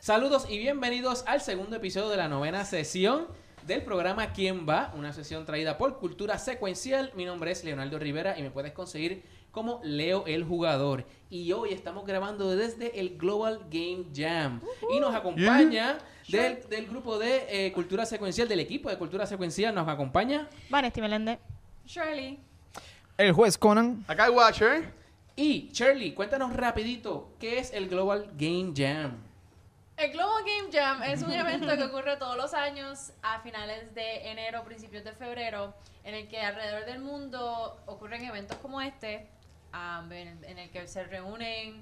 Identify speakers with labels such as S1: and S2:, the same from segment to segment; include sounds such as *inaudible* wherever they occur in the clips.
S1: Saludos y bienvenidos al segundo episodio de la novena sesión del programa ¿Quién va? Una sesión traída por Cultura Secuencial. Mi nombre es Leonardo Rivera y me puedes conseguir como Leo el Jugador. Y hoy estamos grabando desde el Global Game Jam. Y nos acompaña del, del grupo de eh, Cultura Secuencial, del equipo de Cultura Secuencial, nos acompaña.
S2: Vanesti Melende.
S3: Shirley.
S4: El juez Conan.
S5: Acá hay Watcher. ¿eh?
S1: Y Shirley, cuéntanos rapidito, ¿qué es el Global Game Jam?
S3: El Global Game Jam es un evento que ocurre todos los años a finales de enero, principios de febrero, en el que alrededor del mundo ocurren eventos como este, um, en, en el que se reúnen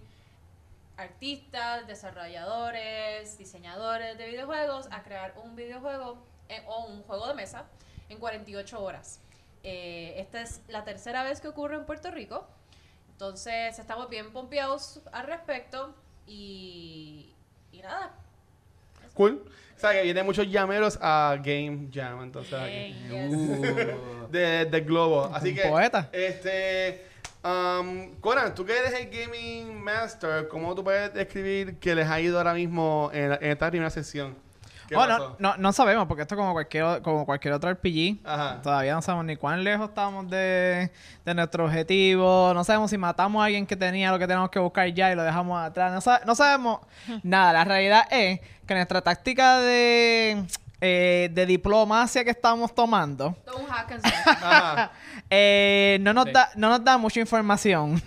S3: artistas, desarrolladores, diseñadores de videojuegos a crear un videojuego eh, o un juego de mesa en 48 horas. Eh, esta es la tercera vez que ocurre en Puerto Rico, entonces estamos bien pompeados al respecto y, y nada.
S5: Cool. O sea, que vienen muchos llameros a Game Jam, entonces.
S6: Eh,
S5: aquí.
S3: Hey, yes.
S1: Uh.
S5: De, de Globo. Así
S4: Un
S5: que.
S4: poeta.
S5: Este. um, Conan, tú que eres el Gaming Master, ¿cómo tú puedes describir que les ha ido ahora mismo en, la- en esta primera sesión? ¿Qué
S4: Oh,
S5: pasó?
S4: no, no, no sabemos, porque esto es como cualquier, o- como cualquier otro RPG.
S5: Ajá.
S4: Todavía no sabemos ni cuán lejos estamos de, de nuestro objetivo. No sabemos si matamos a alguien que tenía lo que tenemos que buscar ya y lo dejamos atrás. No, sa- no sabemos nada. La realidad es que nuestra táctica de, eh, de diplomacia que estamos tomando
S3: Todo un
S6: *laughs*
S3: hack and slash.
S5: Ajá.
S4: eh, no, nos
S1: Sí.
S4: da, no nos da mucha información.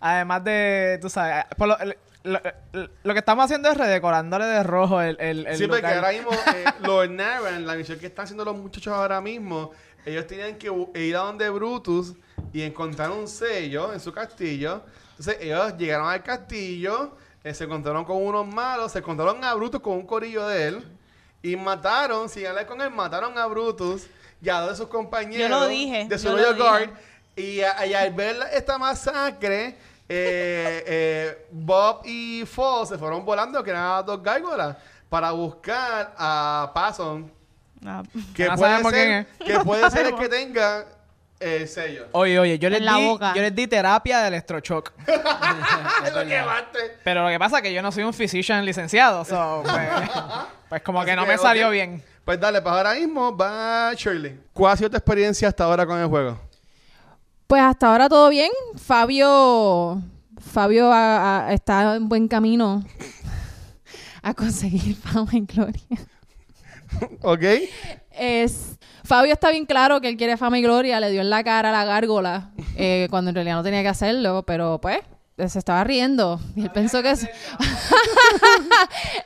S4: Además de, tú sabes, por lo, lo- lo- lo que estamos haciendo es redecorándole de rojo el, el, el
S5: Sí, porque
S4: lugar.
S5: ahora mismo eh,
S4: *laughs*
S5: los Narran, la misión que están haciendo los muchachos ahora mismo, ellos tenían que bu- ir a donde Brutus y encontrar un sello en su castillo. Entonces ellos llegaron al castillo, eh, se encontraron con unos malos, se encontraron a Brutus con un corillo de él y mataron, sin hablar con él, mataron a Brutus y a dos de sus
S2: Yo
S5: compañeros
S2: lo dije,
S5: de su
S2: yo lo
S5: Royal
S2: dije.
S5: Guard. Y, a- y al ver la- esta masacre,
S2: *laughs*
S5: eh, eh, Bob y Foss se fueron volando, que eran las dos gárgolas, para buscar a Pason,
S2: Ah.
S5: que,
S4: No
S5: puede
S4: sabemos
S5: ser, que puede ser el
S2: sabemos.
S5: que tenga eh, el sello.
S4: Oye, oye, yo les,
S2: En la
S4: di,
S2: boca.
S4: yo les di terapia de electrochoc.
S5: Es Ah, lo que mate.
S4: Pero lo que pasa es que yo no soy un physician licenciado, so,
S5: *laughs*
S4: pues, pues como
S5: Así
S4: que no
S5: que,
S4: me
S5: ok.
S4: salió bien.
S5: Pues dale, pues ahora mismo va Shirley. ¿Cuál ha sido tu experiencia hasta ahora con el juego?
S6: Pues hasta ahora todo bien. Fabio, Fabio ah, ah, está en buen camino a conseguir fama y gloria.
S5: ¿Ok?
S6: Es, Fabio está bien claro que él quiere fama y gloria, le dio en la cara a la gárgola, eh, cuando en realidad no tenía que hacerlo, pero pues se estaba riendo. Y él pensó que se- *laughs*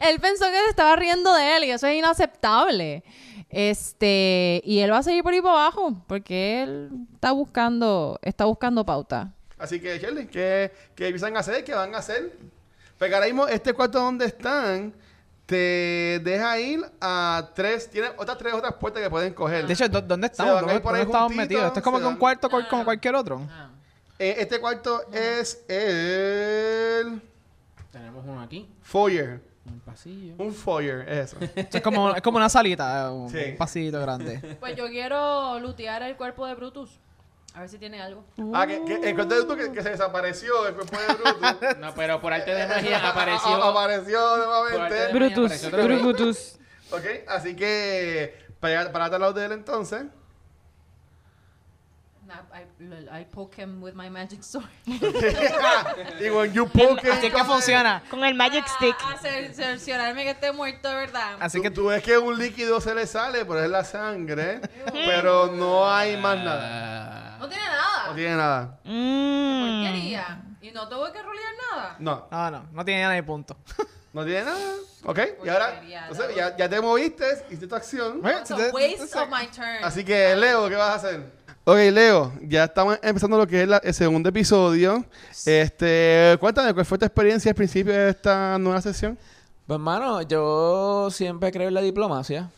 S6: él pensó que se estaba riendo de él y eso es inaceptable. Este, y él va a seguir por ahí para abajo, porque él está buscando, está buscando pauta.
S5: Así que, Shirley, ¿qué, qué empiezan a hacer? ¿Qué van a hacer? Porque ahora mismo este cuarto donde están te deja ir a tres, tienen otras tres otras puertas que pueden coger.
S4: De hecho, ¿dó- ¿dónde estamos?
S5: van a
S4: ¿Dónde,
S5: ir por ahí
S4: dónde estamos
S5: juntitos,
S4: metidos? Esto es como
S5: se
S4: que un
S5: van-
S4: cuarto cual- como cualquier otro.
S5: *laughs*
S1: Ah,
S5: Eh, este cuarto es el
S1: *laughs* tenemos uno aquí,
S5: foyer.
S1: un pasillo.
S5: Un foyer,
S4: *laughs*
S5: es eso.
S4: Esto es, como, es como una salita, eh, un,
S5: Sí.
S4: un pasillito
S5: *laughs*
S4: grande.
S3: Pues yo quiero lutear el cuerpo de Brutus. A ver si tiene algo.
S5: ah, que, que encontré tú que, que se desapareció el cuerpo
S4: *laughs*
S5: de Brutus.
S1: No, pero por
S5: *laughs*
S1: arte de magia
S5: A- a-
S1: apareció.
S5: apareció
S1: Por arte de
S5: nuevamente.
S1: magia apareció otra vez.
S5: Ok, así que para, para al lado de
S4: *laughs*
S5: él entonces.
S3: I, I- I poke him with my magic sword.
S5: y when you poke
S4: Así es que funciona.
S2: Con el Magic Stick.
S3: A, a cer- cerciorarme que esté muerto de verdad.
S4: Así que
S5: tú, tú ves que un líquido se le sale, pero es la
S1: *laughs*
S5: sangre. pero no hay más nada.
S1: Ah,
S3: No tiene
S5: No
S3: nada.
S5: tiene nada.
S2: Mm.
S3: Porquería. Y no tengo que rolear nada.
S5: No,
S4: No, no, no tiene nada ni punto.
S5: no tiene nada. Ok, y
S1: Pues
S5: ahora
S3: Porquería,
S5: entonces,
S3: ¿no?
S5: ya, ya te moviste, hiciste tu acción.
S3: It's a waste of my turn.
S5: Así que, Leo, ¿qué vas a hacer? Ok, Leo, ya estamos empezando lo que es la- el segundo episodio. Este, cuéntame, ¿cuál fue tu experiencia al principio de esta nueva sesión?
S7: Pues, hermano, yo siempre creo en la diplomacia.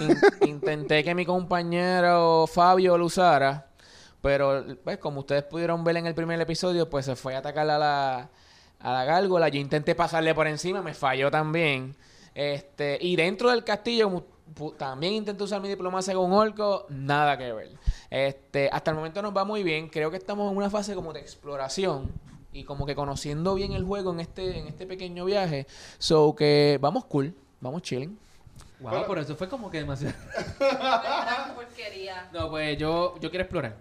S7: In- intenté que mi compañero Fabio lo usara, pero, pues, como ustedes pudieron ver en el primer episodio, pues se fue a atacar a la, a la gárgola. Yo intenté pasarle por encima, me falló también. Este, y dentro del castillo mu- pu- también intenté usar mi diplomacia con un orco, nada que ver. Este, hasta el momento nos va muy bien. Creo que estamos en una fase como de exploración y como que conociendo bien el juego en este, en este pequeño viaje. So que vamos cool, vamos chilling.
S1: Wow,
S5: Bueno.
S1: pero eso fue como que demasiado.
S3: Esta porquería.
S1: No, pues yo, yo quiero explorar.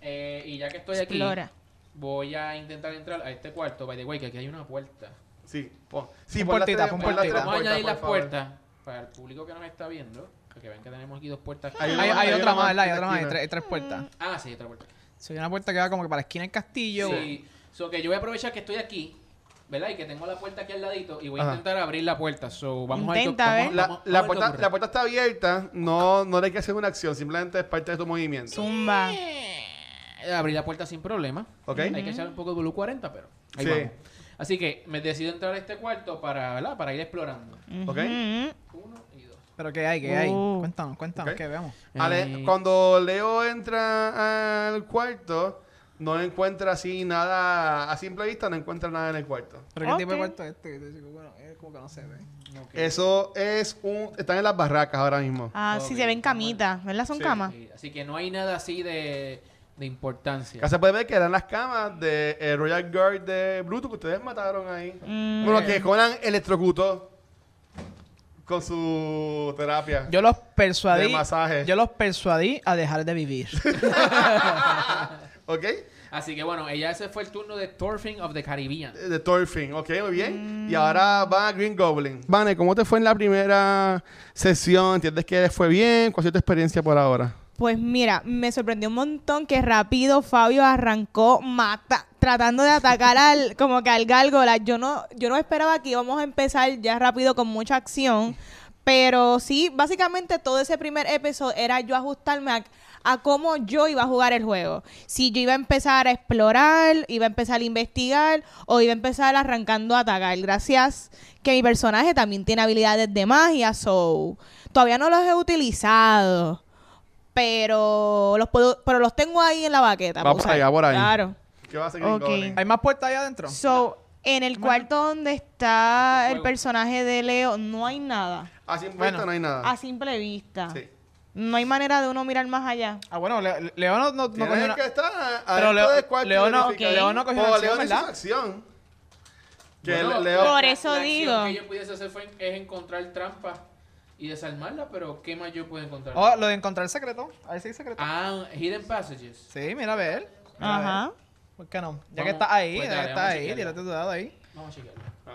S1: Eh, y ya que estoy aquí,
S2: Explora.
S1: voy a intentar entrar a este cuarto. By the way, que aquí hay una puerta.
S5: Sí, pon. Sí,
S4: Pon
S5: pon las
S4: puertita,
S5: tres-
S4: pon
S5: pon las tres
S4: puertita.
S1: Vamos a añadir las
S5: por favor.
S1: puertas para el público que nos está viendo. Para que vean que tenemos aquí dos puertas.
S5: Hay
S4: Hay,
S5: una-
S4: hay otra más, ¿verdad? Hay
S5: en la
S4: otra más. Hay
S5: esquina.
S4: tres, hay tres puertas.
S2: Mm.
S1: Ah, sí, otra puerta.
S4: Sí, hay una puerta que va como que para la esquina del castillo.
S1: Sí. So que yo voy a aprovechar que estoy aquí, ¿verdad? Y que tengo la puerta aquí al ladito y voy a
S5: Ajá.
S1: intentar abrir la puerta. So, vamos
S2: Intenta,
S1: a ver.
S2: a ver.
S5: La, la puerta, la puerta está abierta, no, no hay que hacer una acción, simplemente es parte de tu movimiento.
S2: Zumba.
S1: Eh, Abrir la puerta sin problema.
S5: ¿Ok?
S1: Hay que echar un poco de Blue 40, pero ahí
S5: Sí.
S1: vamos. Así que me decido entrar a este cuarto para, ¿verdad? Para ir explorando.
S5: ¿Ok?
S2: Mm.
S1: Uno y dos.
S4: Pero ¿qué hay? ¿Qué hay?
S2: Oh.
S4: Cuéntanos, cuéntanos,
S5: Ok.
S4: que veamos.
S5: Ale-
S1: Eh,
S5: cuando Leo entra al cuarto, no encuentra así nada, a simple vista no encuentra nada en el cuarto.
S4: ¿Pero qué tipo de
S2: Ok.
S4: cuarto es este? Que te digo, bueno, es como que no se ve.
S1: ok.
S5: Eso es un... Están en las barracas ahora mismo.
S2: Ah, sí,
S1: Ok,
S2: se ven
S1: está bueno.
S2: camitas, ¿verdad? Son
S5: Sí,
S2: camas.
S1: Sí, Eh, Así que no hay nada así de, de importancia.
S5: Acá se puede ver que eran las camas de eh, Royal Guard de Bruto que ustedes mataron ahí.
S2: Mm.
S5: Bueno, que Conan electrocutó con su terapia.
S4: Yo los persuadí.
S5: De masaje.
S4: Yo los persuadí a dejar de vivir.
S5: ¿Ok?
S1: Así que bueno, ella ese fue el turno de Thorfinn of the Caribbean.
S5: De Thorfinn, ok, muy bien. Y ahora va Green Goblin. Vane, ¿cómo te fue en la primera sesión? ¿Entiendes que fue bien? ¿Cuál es tu experiencia por ahora?
S2: Pues mira, me sorprendió un montón que rápido Fabio arrancó mata, tratando de atacar al como que al gárgola. Yo no, yo no esperaba que íbamos a empezar ya rápido con mucha acción. Pero sí, básicamente todo ese primer episodio era yo ajustarme a, a cómo yo iba a jugar el juego. Si yo iba a empezar a explorar, iba a empezar a investigar o iba a empezar arrancando a atacar. Gracias que mi personaje también tiene habilidades de magia, so todavía no los he utilizado pero los puedo, pero los tengo ahí en la baqueta.
S5: Va
S2: pues,
S5: por allá, por ahí.
S2: Claro.
S5: ¿Qué va a hacer Green
S2: Ok.
S4: *laughs*
S5: Goblin?
S4: ¿Hay más puertas allá adentro?
S2: So, en el
S4: Bueno.
S2: cuarto donde está el
S1: Fuego.
S2: personaje de Leo, no hay nada.
S5: Así en
S4: Bueno, Ah,
S5: vista no hay nada.
S2: A simple vista.
S5: Ah. Sí.
S2: No hay manera de uno mirar más allá.
S4: Ah, bueno, Le- Leo no, no, no
S5: Tienes
S4: cogió una-
S5: que estar
S4: Pero
S5: adentro
S4: Leo,
S5: del cuarto y
S4: Leo no,
S5: verificar.
S4: Leo no cogió
S5: Oh,
S4: una
S5: Leo
S4: acción,
S5: no hizo
S4: ¿verdad?
S5: su acción. Que
S1: Bueno,
S5: Leo...
S2: Por
S1: la-
S2: eso
S1: la acción
S2: digo.
S1: que yo pudiese hacer fue en- es encontrar trampas y desarmarla, pero ¿qué más yo puedo encontrar?
S5: Ah,
S4: Oh, lo de encontrar el secreto. A ver si hay secreto.
S1: Ah, Hidden Passages.
S4: Sí, mira a ver. Mira a ver.
S2: Ajá.
S4: ¿Por qué no? Ya
S1: Vamos,
S4: que está ahí,
S1: pues
S4: ya
S1: dale,
S4: que está
S1: vamos a
S4: ahí,
S1: chequearlo.
S4: tírate tu dado ahí.
S1: Vamos a checarlo.
S5: Ah.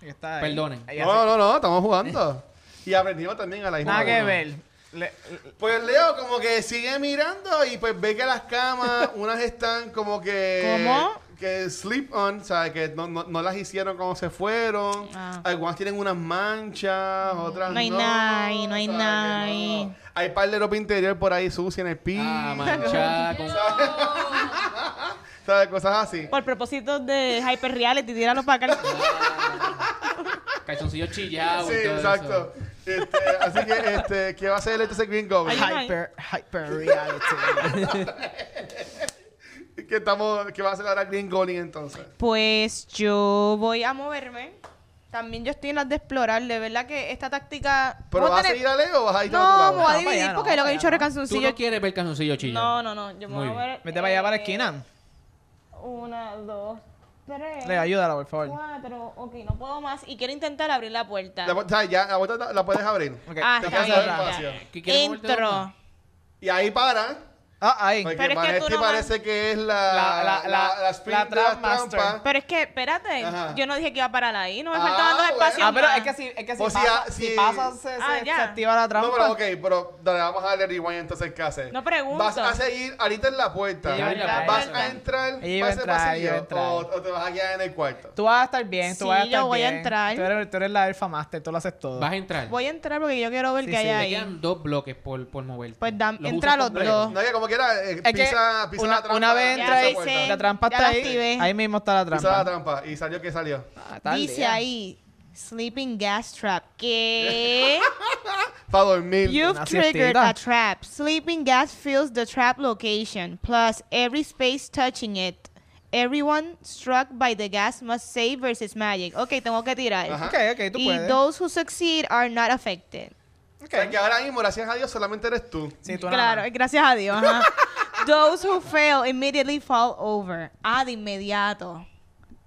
S4: Ya que está ahí.
S1: Perdonen.
S4: Ahí
S5: No,
S4: así.
S5: no, no,
S4: *laughs*
S5: estamos jugando. Y aprendimos también a la misma
S4: Nada
S5: vez.
S4: que ver. Le-
S5: Pues Leo como que sigue mirando y pues ve que las
S2: *laughs*
S5: camas, unas están como que...
S2: ¿Cómo?
S5: Que sleep on, o sea, que no, no, no las hicieron como se fueron.
S2: Ah.
S5: Algunas tienen unas manchas, otras no.
S2: No hay nada ahí, no
S5: o
S2: hay
S5: sea, que
S2: nada ahí.
S5: no. Hay par de ropa interior por ahí sucia en el piso. *laughs*
S1: Ah, manchada con...
S5: ¿Sabes? Cosas así.
S2: Por propósito de Hyper Reality, tíralo para acá.
S1: calzoncillos chillados
S5: Sí,
S1: y Ah, todo
S5: exacto.
S1: eso.
S5: Este, así que, este, ¿qué va a hacer entonces Green Goblin?
S2: Ay.
S4: Hyper, hyper *laughs* reality.
S5: *laughs* ¿Qué, estamos, ¿Qué va a hacer ahora Green Goblin entonces?
S2: Pues yo voy a moverme. También yo estoy en las de explorar. De verdad que esta táctica.
S5: ¿Pero
S2: Voy a
S5: vas a
S2: tener-
S5: seguir a Leo o vas a ir
S2: No, me voy
S5: a
S2: a
S4: No, para allá
S2: dividir
S4: no,
S2: porque
S4: para
S2: lo que he
S4: allá
S2: dicho era
S4: no.
S1: Tú
S2: cancioncillo.
S1: no quieres ver calzoncillos chillados.
S2: No, no, no. Yo me
S1: Muy
S2: voy a
S1: bien.
S2: ver.
S4: Vete para allá para la
S2: eh,
S4: esquina.
S2: Una, dos, tres.
S4: Leo, ayúdala, por favor.
S2: Cuatro. Ok, no puedo más. Y quiero intentar abrir la puerta.
S5: La, pu- o sea, ya, la puerta la- la puedes abrir.
S4: Ok.
S2: Ah,
S5: Te
S2: está
S5: puedes
S2: bien.
S5: abrir
S2: ya.
S5: espacio.
S1: ¿Qué quieres moverte
S2: Entro.
S1: dónde?
S5: Y ahí para.
S4: Ah, ahí.
S5: Porque
S2: Pero es que
S5: Vanetti
S2: tú no
S5: parece que es la
S4: La- la- la-
S5: sprint
S4: la
S5: de las
S4: Trap Master.
S5: trampas.
S2: Pero es que, espérate.
S5: Ajá.
S2: Yo no dije que iba a parar ahí. No me
S5: Ah,
S2: faltaban dos
S5: bueno.
S2: espacios.
S4: Ah, pero
S2: más.
S4: es que si, es que si
S5: O sea,
S4: pasa,
S5: si-
S4: si pasa, se, se-
S2: Ah,
S4: se
S2: ya.
S4: activa la trampa.
S5: No, pero ok, pero dale, vamos a darle rewind entonces qué hace.
S2: No pregunto.
S5: Vas a seguir ahorita en la puerta.
S1: Ella
S4: iba a entrar,
S5: vas
S4: ella
S5: a entrar,
S4: Ella iba a
S5: vas a
S4: entrar,
S5: pasillo
S4: ella iba a entrar.
S5: o, o te vas a quedar en el cuarto.
S4: Tú vas a estar bien, tú
S2: Sí,
S4: vas a estar
S2: yo voy a
S4: bien.
S2: entrar.
S4: Tú eres, tú eres la elfa master, tú lo haces todo.
S1: Vas a entrar.
S2: Voy a entrar porque yo quiero ver
S4: Sí,
S2: qué
S4: sí,
S2: hay
S1: Te
S2: ahí.
S1: quedan dos bloques por, por moverte.
S2: Pues dam-
S1: usas
S2: entra los
S1: completo.
S2: dos.
S5: No, que como quiera, eh,
S4: Es que
S5: pisa, pisa
S4: una,
S5: la trampa.
S4: una vez
S5: pisa
S4: entra
S5: la
S2: ahí,
S5: puerta.
S2: sí.
S4: la trampa
S2: Ya
S4: está
S2: la
S4: ahí.
S2: activé.
S4: Ahí mismo está la
S5: Pisa la
S4: trampa.
S5: trampa. ¿Y salió qué salió?
S4: Ah, está al
S2: Dice
S4: día.
S2: ahí. Sleeping gas trap.
S4: *laughs*
S2: ¿Qué?
S5: Para dormir.
S2: You've
S4: Una
S2: triggered
S4: siestita.
S2: a trap. Sleeping gas fills the trap location, plus every space touching it. Everyone struck by the gas must save versus magic. Ok, tengo que tirar.
S5: Ajá.
S4: Ok, ok, tú
S2: Y
S4: puedes.
S2: those who succeed are not affected.
S5: O sea, que ahora mismo, gracias a Dios, solamente eres tú.
S4: Sí, tú nada
S2: Claro,
S4: más.
S5: *laughs*
S2: gracias a Dios. ajá. Those who fail immediately fall over. Ah, de inmediato.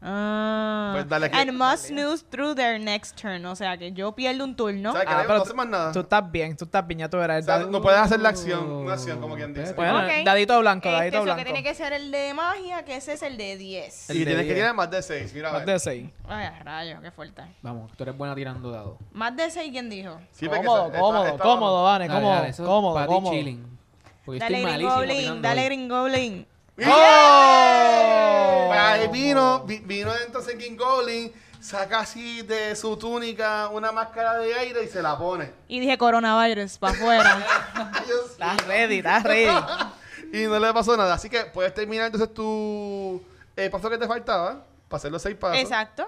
S2: Ah.
S5: Pues dale aquí.
S2: and must snooze through their next turn. O sea, que yo pierdo un turno.
S5: O sea, que
S4: Ah,
S5: no-
S4: pero
S5: no hace más nada.
S4: Tú estás bien, tú estás bien, ya tú verás.
S5: O sea,
S4: Dad-
S5: no puedes hacer la acción, una acción, como quien dice.
S4: Bueno,
S2: Ok.
S4: dadito blanco,
S2: Este,
S4: dadito
S2: eso
S4: blanco.
S2: que tiene que ser el de magia, que ese es el de 10.
S4: el
S5: y
S4: de
S5: tienes que
S4: diez.
S5: tirar más de 6, mira. a
S4: Más
S5: ver.
S4: de seis.
S2: Ay, a rayos, qué fuerte.
S1: Vamos, tú eres buena tirando dados.
S2: Más de 6, ¿quién dijo?
S5: Sí, porque
S4: cómodo,
S5: está- está-
S4: cómodo,
S5: está-
S4: cómodo, Vane,
S1: Dale,
S4: cómodo,
S1: dale, eso es
S4: cómodo,
S1: pa' ti
S4: cómodo.
S1: chilling. Porque yo
S2: Dale,
S1: estoy
S2: Green
S1: malísimo
S2: Goblin,
S1: tirando
S2: dale,
S1: hoy.
S2: Green Goblin.
S5: Pues ahí vino, vi- vino entonces King Goblin, saca así de su túnica una máscara de aire y se la pone. *laughs*
S2: Y dije coronavirus, para afuera.
S5: Dios.
S4: Estás ready, estás
S2: *laughs*
S4: ready.
S5: y no le pasó nada. Así que puedes terminar entonces tu eh, paso que te faltaba, para hacer los seis pasos.
S2: Exacto.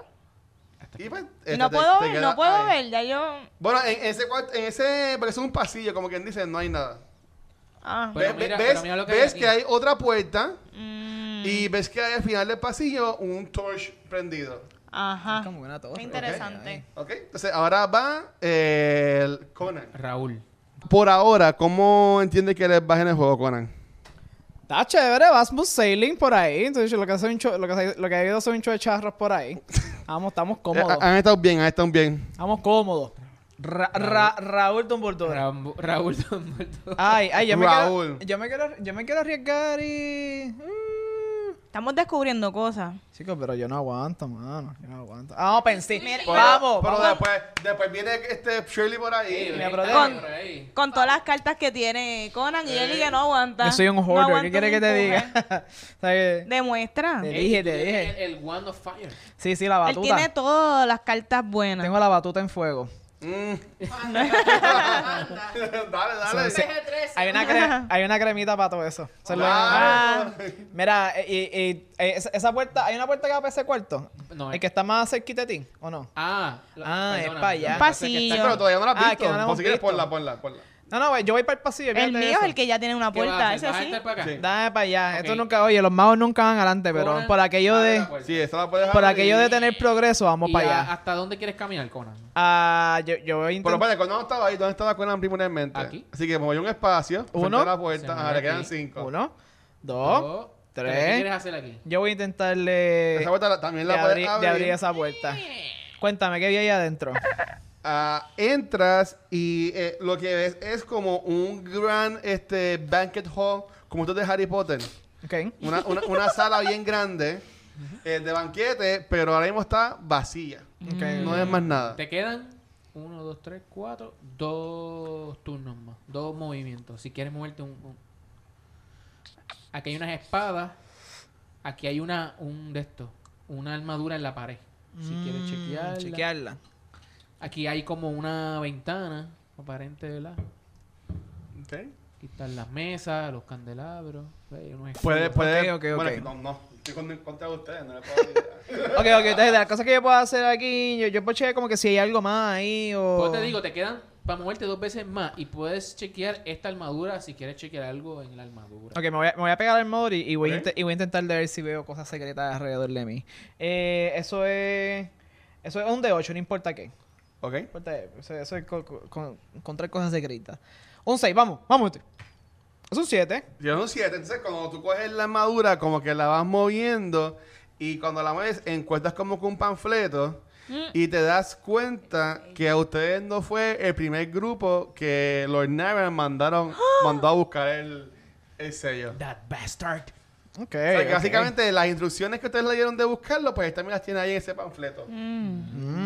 S5: Y pues,
S2: Y
S5: este,
S2: no
S5: te-
S2: puedo
S5: te
S2: ver,
S5: queda
S2: no puedo
S5: ahí.
S2: ver, ya yo...
S5: Bueno, en ese cuarto, en ese, porque es un pasillo, como quien dice, no hay nada.
S2: Ah.
S1: Pero
S5: Ve-
S1: mira-
S5: ves
S1: pero mira lo que hay
S5: ves
S1: aquí.
S5: que hay otra puerta
S2: Mm,
S5: y ves que hay al final del pasillo un torch prendido.
S2: ajá.
S4: Como una torre.
S2: Qué interesante.
S5: ¿Ok? Entonces ahora va eh, el Conan.
S1: Raúl.
S5: Por ahora, ¿cómo entiendes que les vas en el juego, Conan?
S4: Está chévere, vas bus sailing por ahí. Entonces, lo que, hace un cho- lo, que hace- lo que ha ido son un show de charros por ahí. Vamos, estamos
S5: Eh,
S4: cómodos.
S5: han estado bien, han estado bien.
S4: Estamos cómodos. ah, Ra- Ra- Raúl Dumbledore.
S1: Rambo- Raúl *laughs* Dumbledore.
S4: Ay, ay, yo me,
S5: Raúl.
S4: quiero, yo, me quiero, yo me quiero arriesgar y... Mm.
S2: Estamos descubriendo cosas.
S4: Chicos, pero yo no aguanto, mano. Yo no aguanto. Vamos, pensé.
S2: Mira,
S4: vamos,
S5: pero
S4: vamos.
S5: después, después viene este Shirley por ahí.
S4: mira, brother.
S1: Con- por ahí.
S2: Con todas las cartas que tiene Conan y él y que no aguanta.
S4: Yo soy un
S2: No
S4: hoarder.
S2: aguanta
S4: ¿Qué quieres
S2: un
S4: que te diga? *laughs*
S2: empuje.
S4: O sea que-
S2: Demuestra.
S4: Te
S1: Ey,
S4: dije,
S1: tú
S4: te
S1: tienes
S4: dije.
S1: El, el Wand of Fire.
S4: Sí, sí, la
S2: Él
S4: batuta.
S2: tiene todas las cartas buenas.
S4: Tengo la batuta en fuego.
S5: Mm.
S3: Anda.
S5: *laughs* dale, dale.
S4: Sí.
S3: PG-13.
S4: Hay una, cre- hay una cremita para todo eso. Se lo-
S5: Ah.
S4: Mira, eh, y- y- eh, esa- esa puerta, hay una puerta que va para ese cuarto.
S1: No,
S4: El que está más cerquita de ti, ¿o no?
S1: Ah,
S4: Ah, es
S1: perdóname,
S4: pa' allá.
S1: lo que
S2: Un
S1: pasa es que
S2: pasillo.
S1: está-
S5: Pero todavía no la has
S4: Ah,
S5: visto.
S4: que no la
S5: Por
S4: hemos
S5: si quieres,
S4: visto.
S5: ponla, ponla, ponla.
S4: No, no, yo voy para el pasillo.
S2: El
S4: fíjate
S2: mío
S4: eso.
S2: es el que ya tiene una
S1: ¿Qué vas a
S2: puerta.
S1: hacer?
S2: Ese
S1: ¿Vas a
S2: sí.
S3: este
S1: estar para este acá?
S5: Sí.
S4: Dame para allá.
S1: Ok.
S4: Esto nunca, oye, los magos nunca van adelante, pero
S1: Conan,
S4: por aquello
S1: abre
S4: de,
S1: la puerta.
S5: Sí, esa la puedes
S4: Eh, por
S5: abrir.
S4: aquello de tener progreso, vamos
S1: ¿Y
S4: para
S1: a-
S4: allá.
S1: ¿Hasta dónde quieres caminar, Conan?
S4: Ah, yo, yo voy a
S5: Pero
S4: intentar.
S5: espérate, cuando no estaba ahí, ¿dónde estaba Conan primordialmente?
S1: Aquí.
S5: Así que me voy a un espacio. frente
S4: Uno.
S5: a la
S1: Se
S5: puerta.
S1: mueve
S5: Ajá, le
S1: aquí.
S5: quedan cinco.
S4: Uno, dos.
S1: Dos,
S4: Oh, tres.
S1: ¿Qué quieres hacer aquí?
S4: Yo voy a intentarle
S5: Esa puerta la- también
S4: de,
S5: la puedes
S4: abrir, de
S5: abrir.
S4: abrir esa puerta. Cuéntame, ¿qué vi ahí adentro?
S5: Ah, entras y eh, lo que ves es como un gran este, banquet hall, como estos de Harry Potter.
S4: Ok.
S5: Una, una, una sala bien grande eh, de banquete, pero ahora mismo está vacía.
S4: Ok.
S5: No es más nada.
S1: Te quedan uno, dos, tres, cuatro, dos turnos más, dos movimientos. Si quieres moverte un, un- Aquí hay unas espadas, aquí hay una, un de estos, una armadura en la pared. Si quieres
S4: Mm,
S1: chequearla.
S4: Chequearla.
S1: Aquí hay como una ventana, aparente, ¿verdad?
S5: Ok.
S1: Aquí están las mesas, los candelabros. Hay unos
S5: Puede,
S1: escudos.
S5: puede.
S4: ok, ok.
S5: Bueno, no, no. Estoy con- contra ustedes, no le puedo
S4: *laughs*
S5: ayudar.
S4: Ok, ok, entonces de las cosas que yo puedo hacer aquí, yo, yo puedo chequear como que si hay algo más ahí o...
S1: Pues te digo, te quedan para moverte dos veces más y puedes chequear esta armadura si quieres chequear algo en la armadura.
S4: Ok, me voy a, me voy a pegar al mod y, y voy a
S5: Ok.
S4: inte- y voy a intentar de ver si veo cosas secretas alrededor de mí. Eh, eso es... Eso es un de 8, no importa qué. No
S5: ok.
S4: importa, eso, eso es co- co- con- encontrar cosas secretas. Un 6, vamos, vamos. este. Es un 7.
S5: Yo un 7. Entonces, cuando tú coges la armadura, como que la vas moviendo y cuando la mueves, encuentras como que un panfleto
S3: Mm.
S5: y te das cuenta que a ustedes no fue el primer grupo que los
S3: *gasps*
S5: Naran mandaron
S3: ¡Ah!
S5: mandó a buscar el, el sello.
S1: That bastard.
S4: Ok.
S5: O sea, que
S4: ok.
S5: básicamente las instrucciones que ustedes le dieron de buscarlo, pues también las tiene ahí en ese panfleto.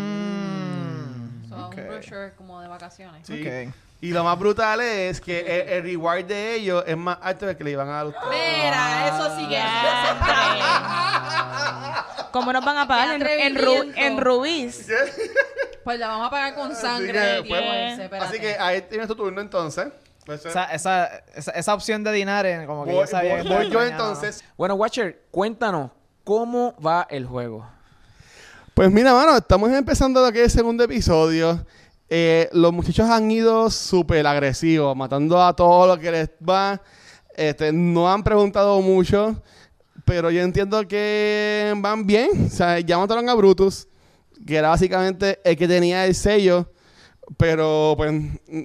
S4: Mm.
S3: So,
S4: Ok.
S3: Un brochure como de vacaciones.
S5: Sí.
S4: Ok.
S5: Y lo más brutal es que el, el reward de ellos es más alto que el que le iban a dar a ustedes.
S3: Mira, eso sí que es
S2: Ah. ¿Cómo nos van a pagar en, en, ru-
S3: atrevimiento.
S2: en rubis?
S3: Pues la vamos a pagar con
S5: que,
S3: sangre.
S5: pues,
S3: Dios, espérate.
S5: Así que ahí tienes tu turno entonces. Pues, Entonces,
S4: Esa, esa, esa, esa opción de dinares, como que
S5: voy-
S4: yo sabía
S5: voy-
S4: que
S5: voy
S4: estaba
S5: yo
S4: engañado.
S5: entonces.
S7: Bueno, Watcher, cuéntanos, ¿cómo va el juego?
S5: Pues mira, mano, estamos empezando lo que es el segundo episodio. Eh, los muchachos han ido súper agresivos, matando a todo lo que les va. Este, no han preguntado mucho, pero yo entiendo que van bien. O sea, ya mataron a Brutus, que era básicamente el que tenía el sello, pero pues mm,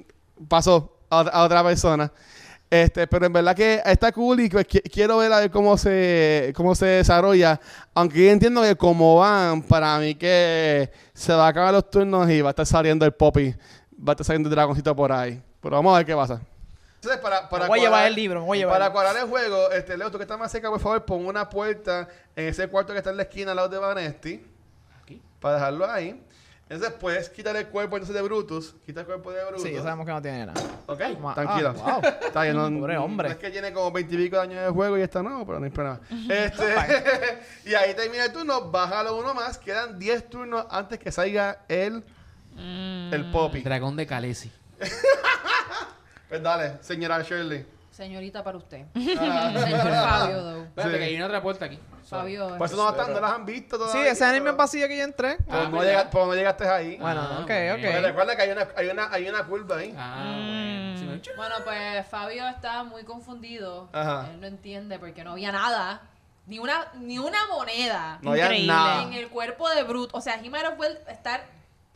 S5: pasó a, ot- a otra persona. Este, pero en verdad que está cool y pues, qui- quiero ver a ver cómo se, cómo se desarrolla. Aunque yo entiendo que como van, para mí que se va a acabar los turnos y va a estar saliendo el Poppy. Va a estar saliendo el dragoncito por ahí. Pero vamos a ver qué pasa. Entonces, para, para
S4: Me voy a
S5: cuadrar-
S4: llevar el libro, me voy a llevar.
S5: Para cuadrar el juego, este, Leo, tú que estás más cerca, por favor, pon una puerta en ese cuarto que está en la esquina al lado de Vanesti.
S1: Aquí.
S5: Para dejarlo ahí. Entonces, puedes quitar el cuerpo entonces de Brutus. Quita el cuerpo de Brutus.
S4: Sí, ya sabemos que no tiene nada.
S5: Ok,
S4: Ma-
S5: tranquila.
S4: ah, wow.
S5: *laughs* Está bien, no,
S4: Pobre hombre.
S5: no es que tiene como veintipico de años de juego y está nuevo, pero no hay problema.
S4: *laughs*
S5: Este, *laughs* y ahí termina el turno, bájalo uno más. Quedan 10 turnos antes que salga el, el Poppy.
S1: Dragón de Calesi.
S5: Pues dale, señora Shirley.
S3: Señorita
S2: *laughs*
S3: para usted. Señor Fabio, though.
S1: Espérate,
S5: Sí.
S1: que hay una otra puerta aquí.
S3: Fabio.
S5: Por eso no, están, no las han visto todavía.
S4: Sí, ese es el mismo
S5: pero-
S4: pasillo que yo entré.
S5: pero
S1: Ah,
S5: no
S1: mira.
S5: llega- pero no llegaste ahí.
S4: Bueno,
S1: Ah,
S4: ok,
S1: bueno.
S5: Pero
S4: ok.
S5: recuerda que hay una, hay, una, hay una curva ahí.
S1: Ah, bueno. Si no-
S3: Bueno, pues Fabio está muy confundido.
S5: Ajá.
S3: Él no entiende porque no había nada. Ni una, ni una moneda
S5: No había
S2: Increíble.
S5: nada.
S3: en el cuerpo de Brut. O sea, Jimaro fue a estar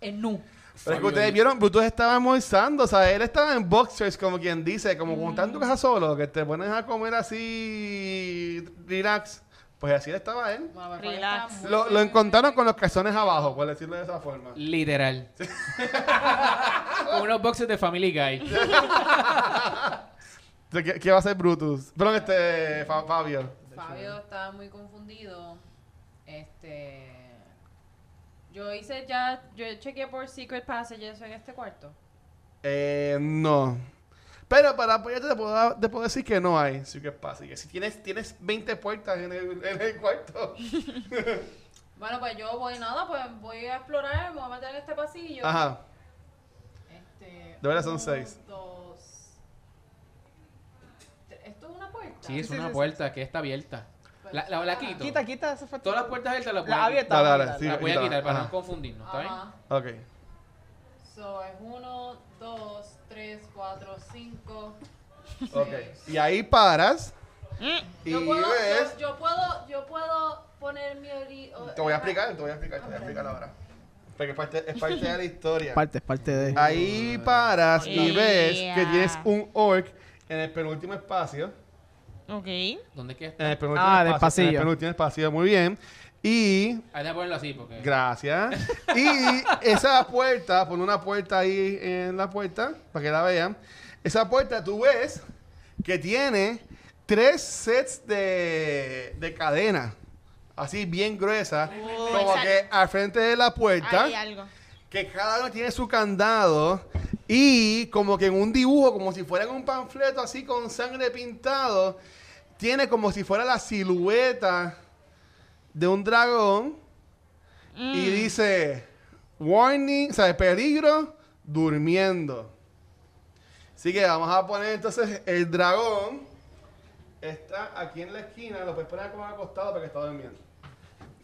S3: en nu.
S5: Pero es que ustedes vieron, Brutus estaba almorzando, o sea, él estaba en boxers, como quien dice, como cuando estás en tu casa solo, que te pones a comer así, relax. Pues así estaba él.
S3: Bueno, pues, Fabio
S2: Relax.
S3: está muy-
S5: Lo, lo encontraron con los calzones abajo, por decirlo de esa forma.
S1: Literal. Con *laughs* unos boxes de Family Guy.
S5: O sea, ¿Qué, qué va a hacer Brutus? Perdón, este, Fa- Fabio.
S3: Fabio está muy confundido. Este. Yo hice ya. Yo chequeé por Secret Passages en este cuarto.
S5: Eh, no. Pero para apoyarte te puedo, dar- te puedo decir que no hay. Sí que pasa. Y que Si tienes, tienes 20 puertas en el, en el cuarto.
S3: Bueno, pues yo voy nada, pues voy a explorar, me voy a meter en este pasillo.
S5: Ajá.
S3: Este,
S5: De verdad son
S3: uno,
S5: seis.
S3: Dos. tre- Esto es una puerta.
S1: Sí, es
S4: Sí, sí,
S1: una
S4: sí.
S1: puerta que está abierta. La, la, la quito.
S4: Quita, quita esa foto.
S1: Todas las puertas abiertas las voy
S4: La
S1: a
S4: abierta.
S1: quitar.
S5: Dale, dale.
S4: dale,
S5: sí,
S1: Las voy a
S5: quítala.
S1: quitar para
S5: Ajá.
S1: no confundirnos, ¿está bien?
S3: Ajá.
S5: Ok.
S3: So, es uno, dos, tres, cuatro, cinco.
S5: Ok.
S3: seis.
S5: Y ahí paras. Y
S3: Yo Mm. puedo,
S5: ves.
S3: yo, yo puedo, yo puedo poner mi ori- o-
S5: Te voy a explicar, te voy a explicar, te voy a explicar ahora. Porque es parte, es parte de la historia.
S4: Parte, parte de.
S5: Ahí paras y
S2: Yeah.
S5: ves que tienes un orc en el penúltimo espacio.
S2: Ok.
S1: ¿Dónde es que está?
S5: En el penúltimo
S4: Ah, del
S5: espacio, En
S4: pasillo.
S5: el penúltimo espacio, muy bien. Y.
S1: Ahí Ah, déjame ponerlo así porque.
S5: Gracias. Y esa puerta, pon una puerta ahí en la puerta para que la vean. Esa puerta tú ves que tiene tres sets de, de cadena, así bien gruesa, como
S2: esa-
S5: que al frente de la puerta
S2: Hay algo.
S5: que cada uno tiene su candado y como que en un dibujo, como si fuera en un panfleto así con sangre pintado, tiene como si fuera la silueta de un dragón y dice warning, o sea, peligro durmiendo. Así que vamos a poner entonces el dragón está aquí en la esquina, lo puedes poner como acostado porque está durmiendo.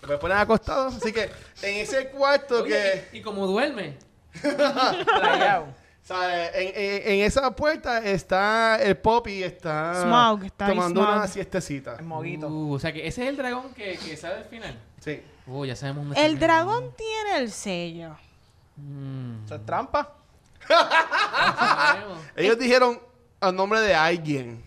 S5: Lo puedes poner acostado, así que en ese cuarto que
S1: Oye, y, y como duerme.
S4: Playao.
S5: o sea, en, en- en esa puerta está el Poppy, está
S2: Smaug, está ahí
S5: tomando
S2: Smaug.
S5: una siestecita.
S4: El moguito.
S1: Uh, o sea que ese es el dragón que, que sale al final.
S5: Sí.
S1: Uh, ya sabemos dónde está
S2: El dragón tiene el sello.
S1: Mm,
S4: Eso es trampa.
S5: Ah,
S1: sabemos.
S2: Eh.
S5: Ellos dijeron al nombre de alguien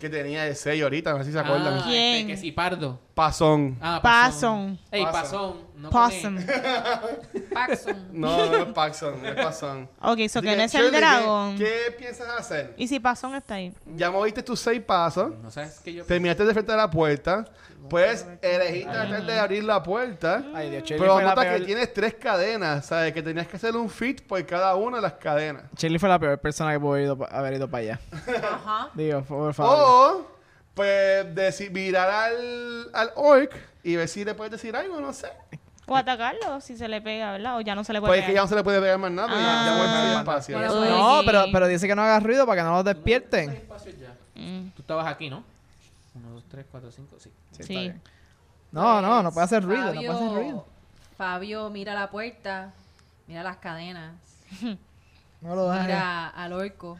S5: que tenía el sello ahorita, no sé si se acuerdan.
S1: Ah, este,
S2: ¿Quién?
S1: que sí, Pardo.
S5: Pasón.
S1: Ah,
S2: Pasón.
S1: Ey,
S5: Pasón.
S1: Pasón. No con E.
S2: Possum.
S3: Paxum.
S5: No, no es Paxon, no es
S2: *laughs*
S5: Pasón.
S2: Ok, eso
S5: Así
S2: que no
S5: que,
S2: es el
S5: Shirley, ¿qué-
S2: dragón.
S5: ¿Qué piensas hacer?
S2: ¿Y si Pasón está ahí?
S5: Ya moviste tus seis pasos,
S1: No sabes que yo.
S5: terminaste de frente a la puerta, puedes elegir tratar de abrir la
S2: Ah.
S5: puerta.
S4: Ay, Dios, Chili
S5: Pero
S4: fue la
S5: nota que
S4: peor.
S5: tienes tres cadenas, ¿sabes? Que tenías que hacer un fit por cada una de las cadenas.
S4: Chili fue la peor persona que pudo ido pa- haber ido para allá.
S3: Ajá.
S4: Digo, por favor.
S5: O, pues, decir, mirar al, al orc y ver si le puedes decir algo, no sé.
S2: O atacarlo si se le pega, ¿verdad? O ya no se le puede
S5: Pues es que ya
S2: pegar.
S5: no se le puede pegar más nada, porque ya- ya
S2: Ah.
S5: vuelve sin espacio.
S3: Bueno, pues,
S4: No,
S2: Sí.
S4: pero, pero dice que no hagas ruido para que no los despierten.
S1: Espacios ya.
S2: Mm,
S1: Tú estabas aquí, ¿no? 1, 2, 3, 4, 5, sí.
S4: Sí, está
S2: Sí.
S4: bien. No, no, no puede hacer
S3: Pues,
S4: ruido, no puede hacer ruido.
S3: Fabio mira la puerta, mira las cadenas,
S4: No lo hagas.
S3: mira al orco,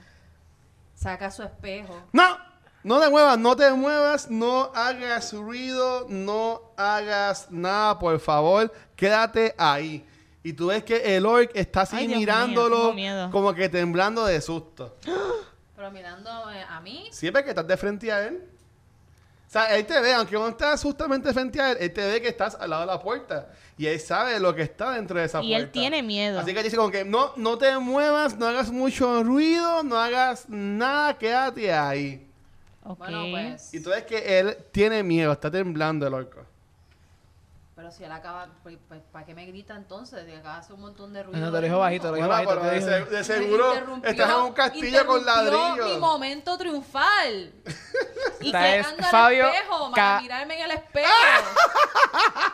S3: saca su espejo.
S5: ¡No! No te muevas, no te muevas, no hagas ruido, no hagas nada, por favor, quédate ahí. Y tú ves que el orc está así
S2: Ay, Dios mío,
S5: mirándolo
S2: tengo miedo.
S5: como que temblando de susto.
S3: pero mirando eh, a mí,
S5: Siempre que estás de frente a él. O sea, él te ve, aunque no estás justamente frente a él, él te ve que estás al lado de la puerta. Y él sabe lo que está dentro de esa
S2: Y
S5: puerta.
S2: él tiene miedo.
S5: Así que dice como que no, no te muevas, no hagas mucho ruido, no hagas nada, quédate ahí.
S2: Ok.
S3: bueno,
S2: *laughs*
S3: pues.
S5: Y tú ves que él tiene miedo, está temblando el orco.
S3: Pero si él acaba, pues, pues, ¿para qué me grita entonces? Si acaba de hacer un montón de ruido.
S4: No, te lo
S3: ahora
S4: dijo
S3: mismo.
S4: bajito, lo dijo
S5: Bueno,
S4: bajito.
S5: pero
S4: te
S5: de,
S4: dijo.
S3: *laughs*
S5: se- de seguro
S3: Interrumpió-
S5: estás en un castillo con
S3: interrumpió mi
S5: ladrillos.
S4: *laughs*
S3: momento triunfal. y
S4: Esta es
S3: cagando al
S4: Fabio
S3: espejo,
S4: Ca-
S3: para mirarme en el espejo.
S5: *laughs*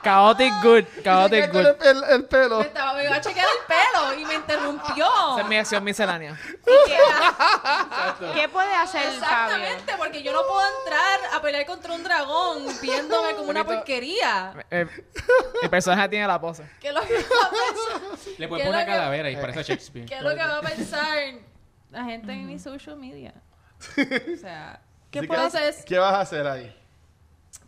S4: Chaotic good,
S5: Dice
S4: chaotic
S5: que
S4: good.
S5: el, el- el pelo.
S3: me, estaba, me iba a chequear el pelo y me interrumpió.
S4: Esa es mi acción miscelánea.
S3: Y que-
S2: ah. ¿Qué puede hacer Fabio?
S3: Exactamente, porque yo no puedo entrar a pelear contra un dragón viéndome como una
S4: Bonito.
S3: porquería.
S4: Eh, el personaje tiene la pose.
S3: ¿Qué es lo que va a pensar?
S1: Le
S3: ¿Qué
S1: puedes
S3: es
S1: poner
S3: lo que-
S1: calavera
S5: Eh.
S1: y parece Shakespeare.
S3: ¿Qué es lo que va a pensar la gente en mi social media? O sea,
S5: Así que,
S3: entonces,
S5: ¿Qué vas a hacer ahí?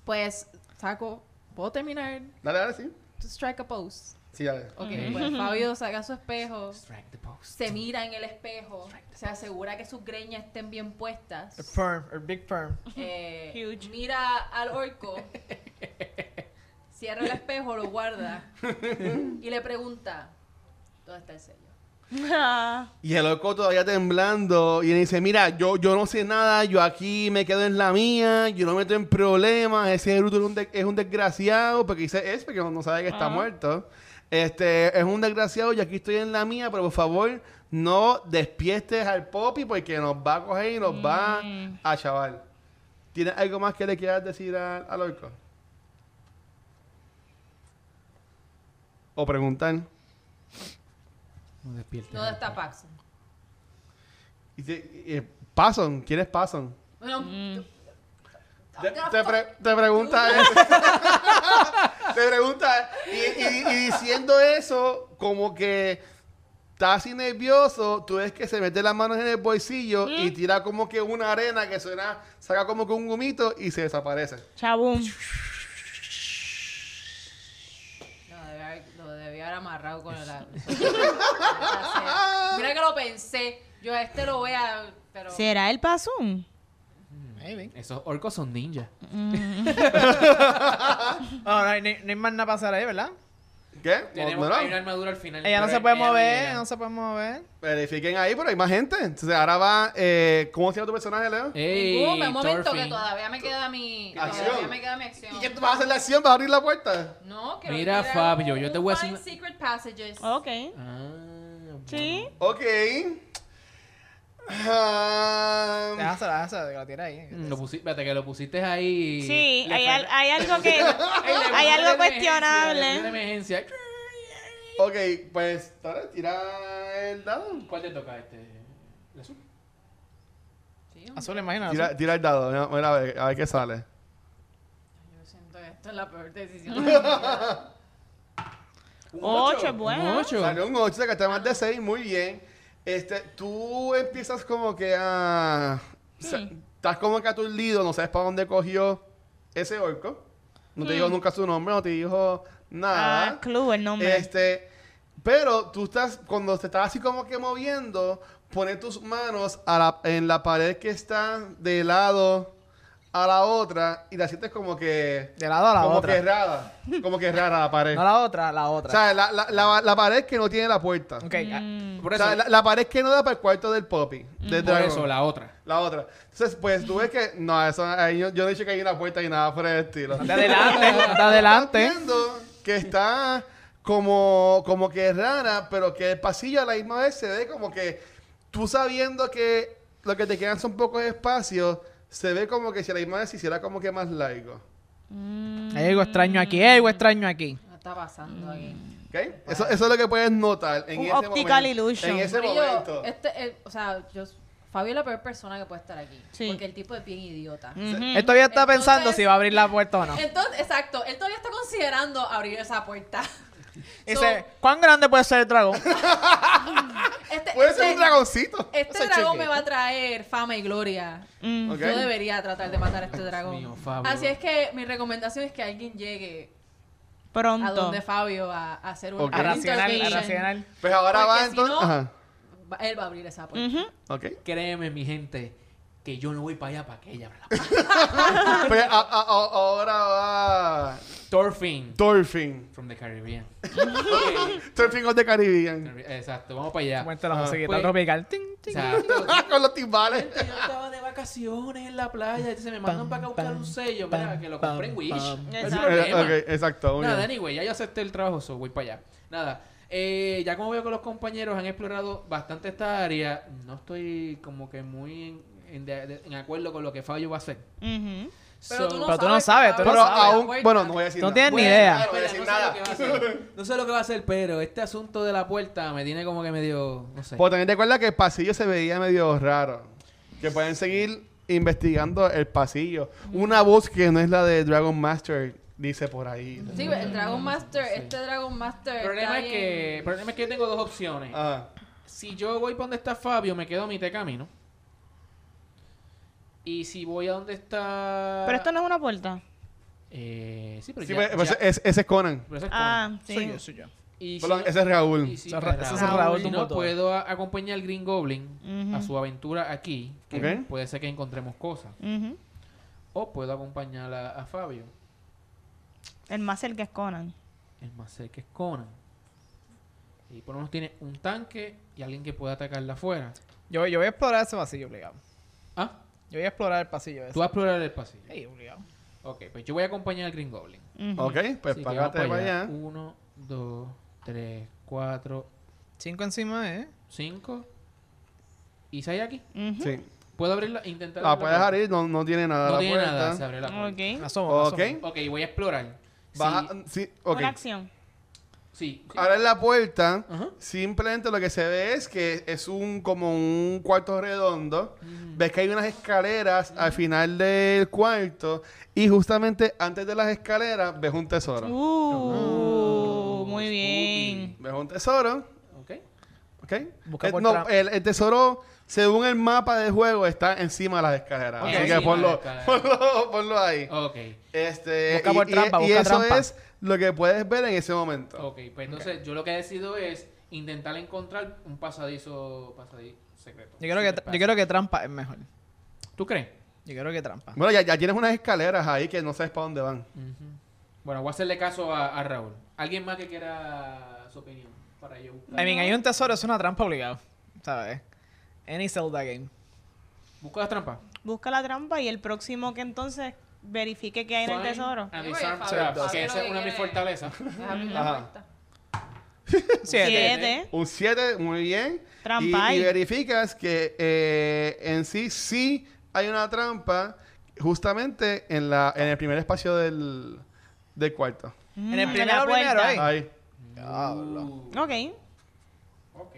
S3: pues saco, puedo terminar
S5: Dale, dale, sí.
S3: to strike a pose.
S5: Sí, dale.
S3: Ok,
S1: Mm.
S3: pues Fabio saca su espejo,
S1: Strike the pose.
S3: se mira en el espejo, se asegura que sus greñas estén bien puestas.
S4: El perm, el big perm.
S3: eh,
S2: Huge.
S3: mira al
S5: *laughs*
S3: orco, cierra el espejo, lo guarda y le pregunta, ¿dónde está el sello?
S2: Ah,
S5: Y el loco todavía temblando y él dice, mira, yo, yo no sé nada, yo aquí me quedo en la mía, yo no me meto en problemas, ese Naruto es un, de- es un desgraciado, porque dice es porque no sabe que está muerto. Este, es un desgraciado y aquí estoy en la mía, pero por favor no despiestes al Poppy porque nos va a coger y nos va a chaval. ¿Tienes algo más que le quieras decir a- al orco? O preguntar.
S1: No despiertes.
S3: ¿Dónde está Paxson?
S5: Y dice, eh, Pason, ¿quieres Pason?
S3: Bueno,
S1: Mm.
S5: Te, te pre- te pregunta eso. *laughs* te pregunta. Y, y- y diciendo eso, como que está así nervioso, tú ves que se mete las manos en el bolsillo y tira como que una arena que suena, saca como que un gomito y se desaparece.
S2: *laughs* Chabum.
S3: Lo debía haber, lo debí haber amarrado con el la- *laughs* Mira que lo pensé. Yo a este lo voy a. Pero.
S2: ¿Será el pasum?
S4: Maybe.
S1: Esos orcos son ninjas.
S5: Oh,
S2: Mm.
S4: Ah, no, hay, ni- no hay más nada para hacer ahí, ¿verdad?
S5: ¿Qué?
S1: Tenemos,
S5: Bueno,
S1: hay una armadura al final.
S4: Ella no
S1: pero
S4: se puede
S1: ella
S4: mover,
S1: llega.
S4: no se puede mover.
S5: verifiquen ahí, pero hay más gente. Entonces ahora va. eh, ¿Cómo se llama tu personaje, Leo?
S1: Ey,
S3: Ningún, un momento que
S1: Thorfinn.
S3: todavía me queda mi.
S5: Acción.
S3: Todavía me queda mi acción.
S5: ¿Y qué tú vas a hacer la acción? ¿Vas a abrir la puerta?
S3: No, quiero
S1: Mira,
S3: mirar
S1: Fabio,
S3: un-
S1: yo te
S3: un
S1: voy a
S3: Find
S1: decir-
S3: Secret Passages.
S2: Ok.
S1: Ah,
S2: Sí.
S5: Ok. Ah,
S4: Déjasela, déjasela, que la tira ahí.
S1: bueno. Mm, Lo pusi- espérate, que lo pusiste ahí.
S2: Sí,
S1: Le
S2: hay, al-
S1: fal-
S2: hay algo
S5: *laughs*
S2: que.
S1: Ay, *laughs* le
S2: hay
S1: puse
S2: algo
S1: de emergencia, le puse
S2: cuestionable.
S1: de emergencia.
S5: ok, pues dale, tira el dado.
S1: ¿Cuál te toca este? ¿El azul?
S3: Sí, hombre,
S4: Azul, imagina. azul.
S5: Tira, tira el dado, mira, mira, a, ver, a ver qué sale.
S3: yo siento que esto es la peor decisión. de
S5: *laughs*
S3: mi vida.
S2: Ocho es
S1: Un
S2: bueno.
S1: ocho.
S5: Salió un 8, que está más de 6, muy bien. Este, tú empiezas como que a... o sea, Estás como que aturdido, no sabes para dónde cogió ese orco. No te dijo nunca su nombre, no te dijo
S2: Ah,
S5: nada.
S2: clue el nombre. Mm.
S5: Este, pero tú estás, cuando te estás así como que moviendo, pones tus manos a la- en la pared que está de lado a la otra y la sientes como que...
S4: De lado a la
S5: como que
S4: otra.
S5: rara. Como que rara la
S4: *laughs*
S5: pared.
S4: No la otra, la
S5: O
S4: otra.
S5: sea, la, la, la, la pared que no tiene la puerta.
S4: ok, ah,
S2: Mm.
S1: Por
S5: O
S1: eso,
S5: sea, la, la pared que no da para el cuarto del Poppy.
S4: Mm,
S5: Del
S1: por
S5: dragón.
S1: eso,
S5: la...
S1: la otra.
S5: otra. Entonces, pues tú ves que. No, eso, ahí yo, yo no he dicho que hay una puerta y nada por el estilo.
S4: de
S2: *laughs*
S4: adelante, de adelante.
S5: Entiendo que está como, como que rara, pero que el pasillo a la misma vez se ve como que tú sabiendo que lo que te quedan son pocos espacios, se ve como que si a la misma vez se hiciera como que más largo.
S4: Hay algo extraño aquí, hay algo extraño aquí.
S3: No está pasando aquí.
S5: ¿Ok? Eso, eso es lo que puedes notar en
S2: Un
S5: ese
S2: optical
S5: momento.
S2: illusion.
S5: En ese
S3: Corillo,
S5: momento.
S3: Este, eh, o sea, yo, Fabio es la peor persona que puede estar aquí.
S2: Sí. Mm.
S3: Porque el tipo es bien idiota.
S4: Él todavía está
S3: Entonces-
S4: pensando si va a abrir la puerta o no.
S3: Entonces, exacto, él todavía está considerando abrir esa
S5: *laughs*
S3: puerta.
S4: Dice, ¿cuán grande puede ser el dragón?
S3: Este,
S5: Puede
S3: este-
S5: ser un dragoncito.
S3: Este
S4: Eso es
S3: dragón
S4: chiquito.
S3: me va a traer fama y gloria.
S2: Mm.
S5: Ok.
S3: Yo debería tratar de matar a este dragón.
S1: mío, Fabio.
S3: Así es que mi recomendación es que alguien llegue a
S2: Pronto.
S3: donde Fabio a, a hacer un
S5: Ok.
S4: A
S5: A
S4: racional, a
S3: intervention.
S4: racional.
S5: Pues ahora
S3: Porque
S5: va
S3: si
S5: entonces.
S3: no-
S5: Ajá.
S3: va- él va a abrir esa puerta.
S5: Ok.
S1: Créeme, mi gente, que yo no voy para allá para que ella abra la
S5: Pues a- a- a- ahora va
S1: puerta. Thorfinn
S5: Dolphin.
S1: from the Caribbean.
S5: Dolphin of the Caribbean. *laughs*
S1: Exacto, vamos para allá.
S4: Cuenta la
S5: Ah,
S4: musiquita
S1: pues-
S4: tropical. Ting, ting.
S1: Exacto.
S5: Con los timbales.
S1: Gente, yo estaba de vacaciones en la playa, entonces me mandan
S4: Pam,
S1: para acá a buscar
S4: pam,
S1: un sello,
S4: pam,
S1: mira, que lo compré en
S4: pam,
S1: Wish.
S4: pam.
S1: No hay
S2: Exacto.
S5: Eh,
S1: problema.
S5: ok, exacto. muy
S1: Nada,
S5: bien.
S1: anyway, ya yo acepté el trabajo, so voy para allá. Nada, eh, ya como veo que los compañeros han explorado bastante esta área, no estoy como que muy en, en de- de- en acuerdo con lo que Fabio va a hacer.
S2: Ujú.
S1: So-
S4: Pero tú no sabes, tú no
S5: Pero
S4: sabes.
S5: aún,
S3: Puerta.
S5: bueno, no voy a decir
S4: No
S5: nada.
S4: tienes ni
S5: Bueno,
S4: idea.
S5: No voy a decir
S1: Espera,
S5: nada.
S1: no sé lo que va a hacer. No sé lo que va a hacer, pero este asunto de la puerta me tiene como que medio, no sé.
S5: Pues también te acuerdas que el pasillo se veía medio raro. Que pueden seguir investigando el pasillo. Una voz que no es la de Dragon Master dice por ahí.
S3: Sí, el Dragon Master,
S1: Sí.
S3: este Dragon Master.
S1: El
S3: está
S1: problema es que,
S3: bien-
S1: el problema es que yo tengo dos opciones.
S5: Ah,
S1: Si yo voy para donde está Fabio, me quedo a mitad de camino. Y si voy a donde está...
S2: Pero esto no es una puerta.
S1: Eh, sí, pero
S5: sí,
S1: ya-
S5: pues, pues,
S1: ya-
S5: es- ese es Conan.
S1: pero eso es
S2: Ah,
S1: con-
S2: sí.
S4: Soy yo, soy yo.
S1: Y si
S5: Perdón,
S1: no-
S5: ese es
S1: y
S5: Raúl.
S1: si-
S4: Ese es Ra-
S1: Raúl.
S4: ese es Raúl
S1: Si no
S4: Dumbledore.
S1: puedo a- acompañar al Green Goblin a
S2: Ujú.
S1: su aventura aquí, que
S5: Ok.
S1: puede ser que encontremos cosas.
S2: Ujú.
S1: O puedo acompañar a, a Fabio,
S2: El más cerca es Conan.
S1: el más cerca es Conan. Y por lo menos tiene un tanque y alguien que pueda atacarla afuera.
S4: yo. Yo voy a explorar ese pasillo obligado.
S1: Ah,
S4: Yo voy a explorar el pasillo ese.
S1: tú vas a explorar el pasillo.
S4: Sí, obligado.
S1: Ok, pues yo voy a acompañar al Green Goblin.
S2: Ujú.
S5: Ok, pues
S1: Así que vamos
S5: págate para allá.
S1: Uno, dos, tres, cuatro,
S4: Cinco encima, ¿eh?
S1: cinco. ¿Y si hay aquí?
S2: Ujú.
S5: Sí.
S1: ¿Puedo abrirla? e Intentar
S5: La
S1: abrir
S5: puedes abrir, no, no tiene nada
S1: No
S5: la
S1: tiene
S5: puerta.
S1: nada, se abre la puerta.
S2: Ok.
S4: Asomo,
S5: Ok.
S4: asomo.
S1: Ok, voy a explorar.
S5: Baja, sí, ok.
S2: Una acción.
S1: Sí, sí, sí.
S5: Ahora en la puerta,
S1: Ajá.
S5: simplemente lo que se ve es que es un como un cuarto redondo. Ves que hay unas escaleras al final del cuarto y justamente antes de las escaleras ves un tesoro.
S2: Uh, muy
S1: spooky.
S2: bien.
S5: Ves un tesoro,
S1: Ok.
S5: ¿ok?
S4: Busca
S5: Eh,
S4: por
S5: no,
S4: trampa.
S5: el, el tesoro, según el mapa del juego, está encima de las escaleras.
S1: Ok.
S5: Así que
S1: Encima
S5: ponlo,
S1: de las escaleras.
S5: ponlo, ponlo ahí.
S1: Ok.
S5: Este,
S4: Busca
S5: y,
S4: por
S5: y-
S4: trampa,
S5: y
S4: busca
S5: eso
S4: trampa.
S5: es lo que puedes ver en ese momento.
S1: Ok, pues entonces yo lo que he decidido es intentar encontrar un pasadizo, pasadizo secreto.
S4: Yo creo, que,
S1: Secret
S4: yo creo que trampa es mejor.
S1: pass. ¿Tú crees?
S4: Yo creo que trampa.
S5: Bueno, ya, ya tienes unas escaleras ahí que no sabes para dónde van.
S1: Ujú. Bueno, voy a hacerle caso a, a Raúl. ¿Alguien más que quiera su opinión para yo buscar?
S4: I mean, hay un tesoro, es una trampa obligado. ¿Sabes? Any Zelda game.
S1: ¿Busco las trampas?
S2: Busca la trampa y el próximo que entonces verifique que hay en el
S1: Find
S2: tesoro.
S1: and
S3: Sí, porque
S1: disarm
S3: Fabio-
S1: traps,
S3: Fabio
S1: que
S3: lo
S1: esa
S3: que
S1: es una de mis
S3: quiere-
S1: fortalezas.
S2: *laughs*
S3: Deja Pues, abrir la
S5: Ajá.
S3: puerta.
S4: Siete.
S2: Siete.
S5: Un 7, muy bien.
S2: Trampa
S5: Y- y,
S2: hay.
S5: verificas que eh, en sí sí hay una trampa justamente en la en el primer espacio del, del cuarto.
S2: Mm,
S4: En el
S2: la
S4: primero,
S2: puerta.
S4: primero, ¿eh?
S5: Ahí.
S1: Uh,
S2: Ok.
S1: ok.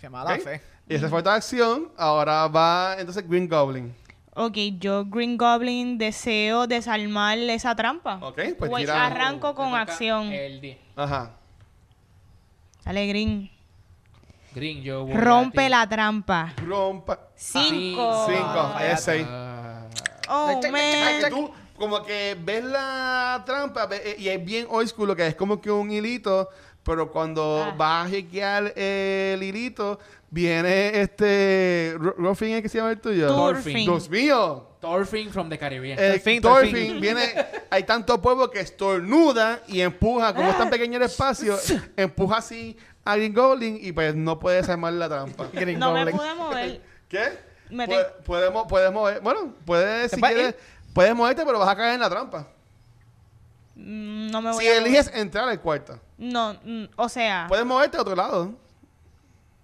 S4: Qué mala
S5: Ok.
S4: fe.
S5: Y esa fue tu acción. Ahora va entonces Green Goblin.
S2: Ok, yo Green Goblin deseo desarmar esa trampa.
S5: Ok, pues
S2: Pues
S5: tira.
S2: arranco
S1: Me
S2: con
S1: toca
S2: acción.
S1: El 10.
S5: Ajá.
S2: Dale, Green.
S1: Green, yo voy
S2: Rompe
S1: a ti.
S2: la trampa.
S5: Rompa.
S2: Cinco.
S5: Cinco. Es seis.
S1: Ah,
S2: Oh,
S5: Ay, que
S2: man.
S5: Eh, tú como que ves la trampa ve- eh, y es bien old school, lo que es como que un hilito, pero cuando
S2: Ah.
S5: vas a chequear el hilito, viene este... Ro- ¿Rofin es que se llama el tuyo?
S2: Turfin.
S5: ¡Dios mío!
S1: Thorfinn from the Caribbean.
S5: El
S4: Turfin,
S5: Turfin
S4: Turfin.
S5: viene... Hay tanto pueblo que estornuda y empuja, como es tan pequeño el
S2: *laughs*
S5: espacio, empuja así a Green Goblin y pues no puede desarmar la trampa.
S4: *laughs* Green
S2: No me
S4: Goblin.
S2: pude mover.
S5: ¿Qué?
S2: Me
S5: Pue- podemos, podemos mover. Bueno, puedes,
S4: ¿Te
S5: si
S4: puedes
S5: quieres,
S4: ir?
S5: puedes moverte, pero vas a caer en la trampa.
S2: te- Mm, No me voy
S5: Si
S2: a mover.
S5: eliges entrar al cuarto,
S2: No, mm, o sea,
S5: puedes moverte a otro lado.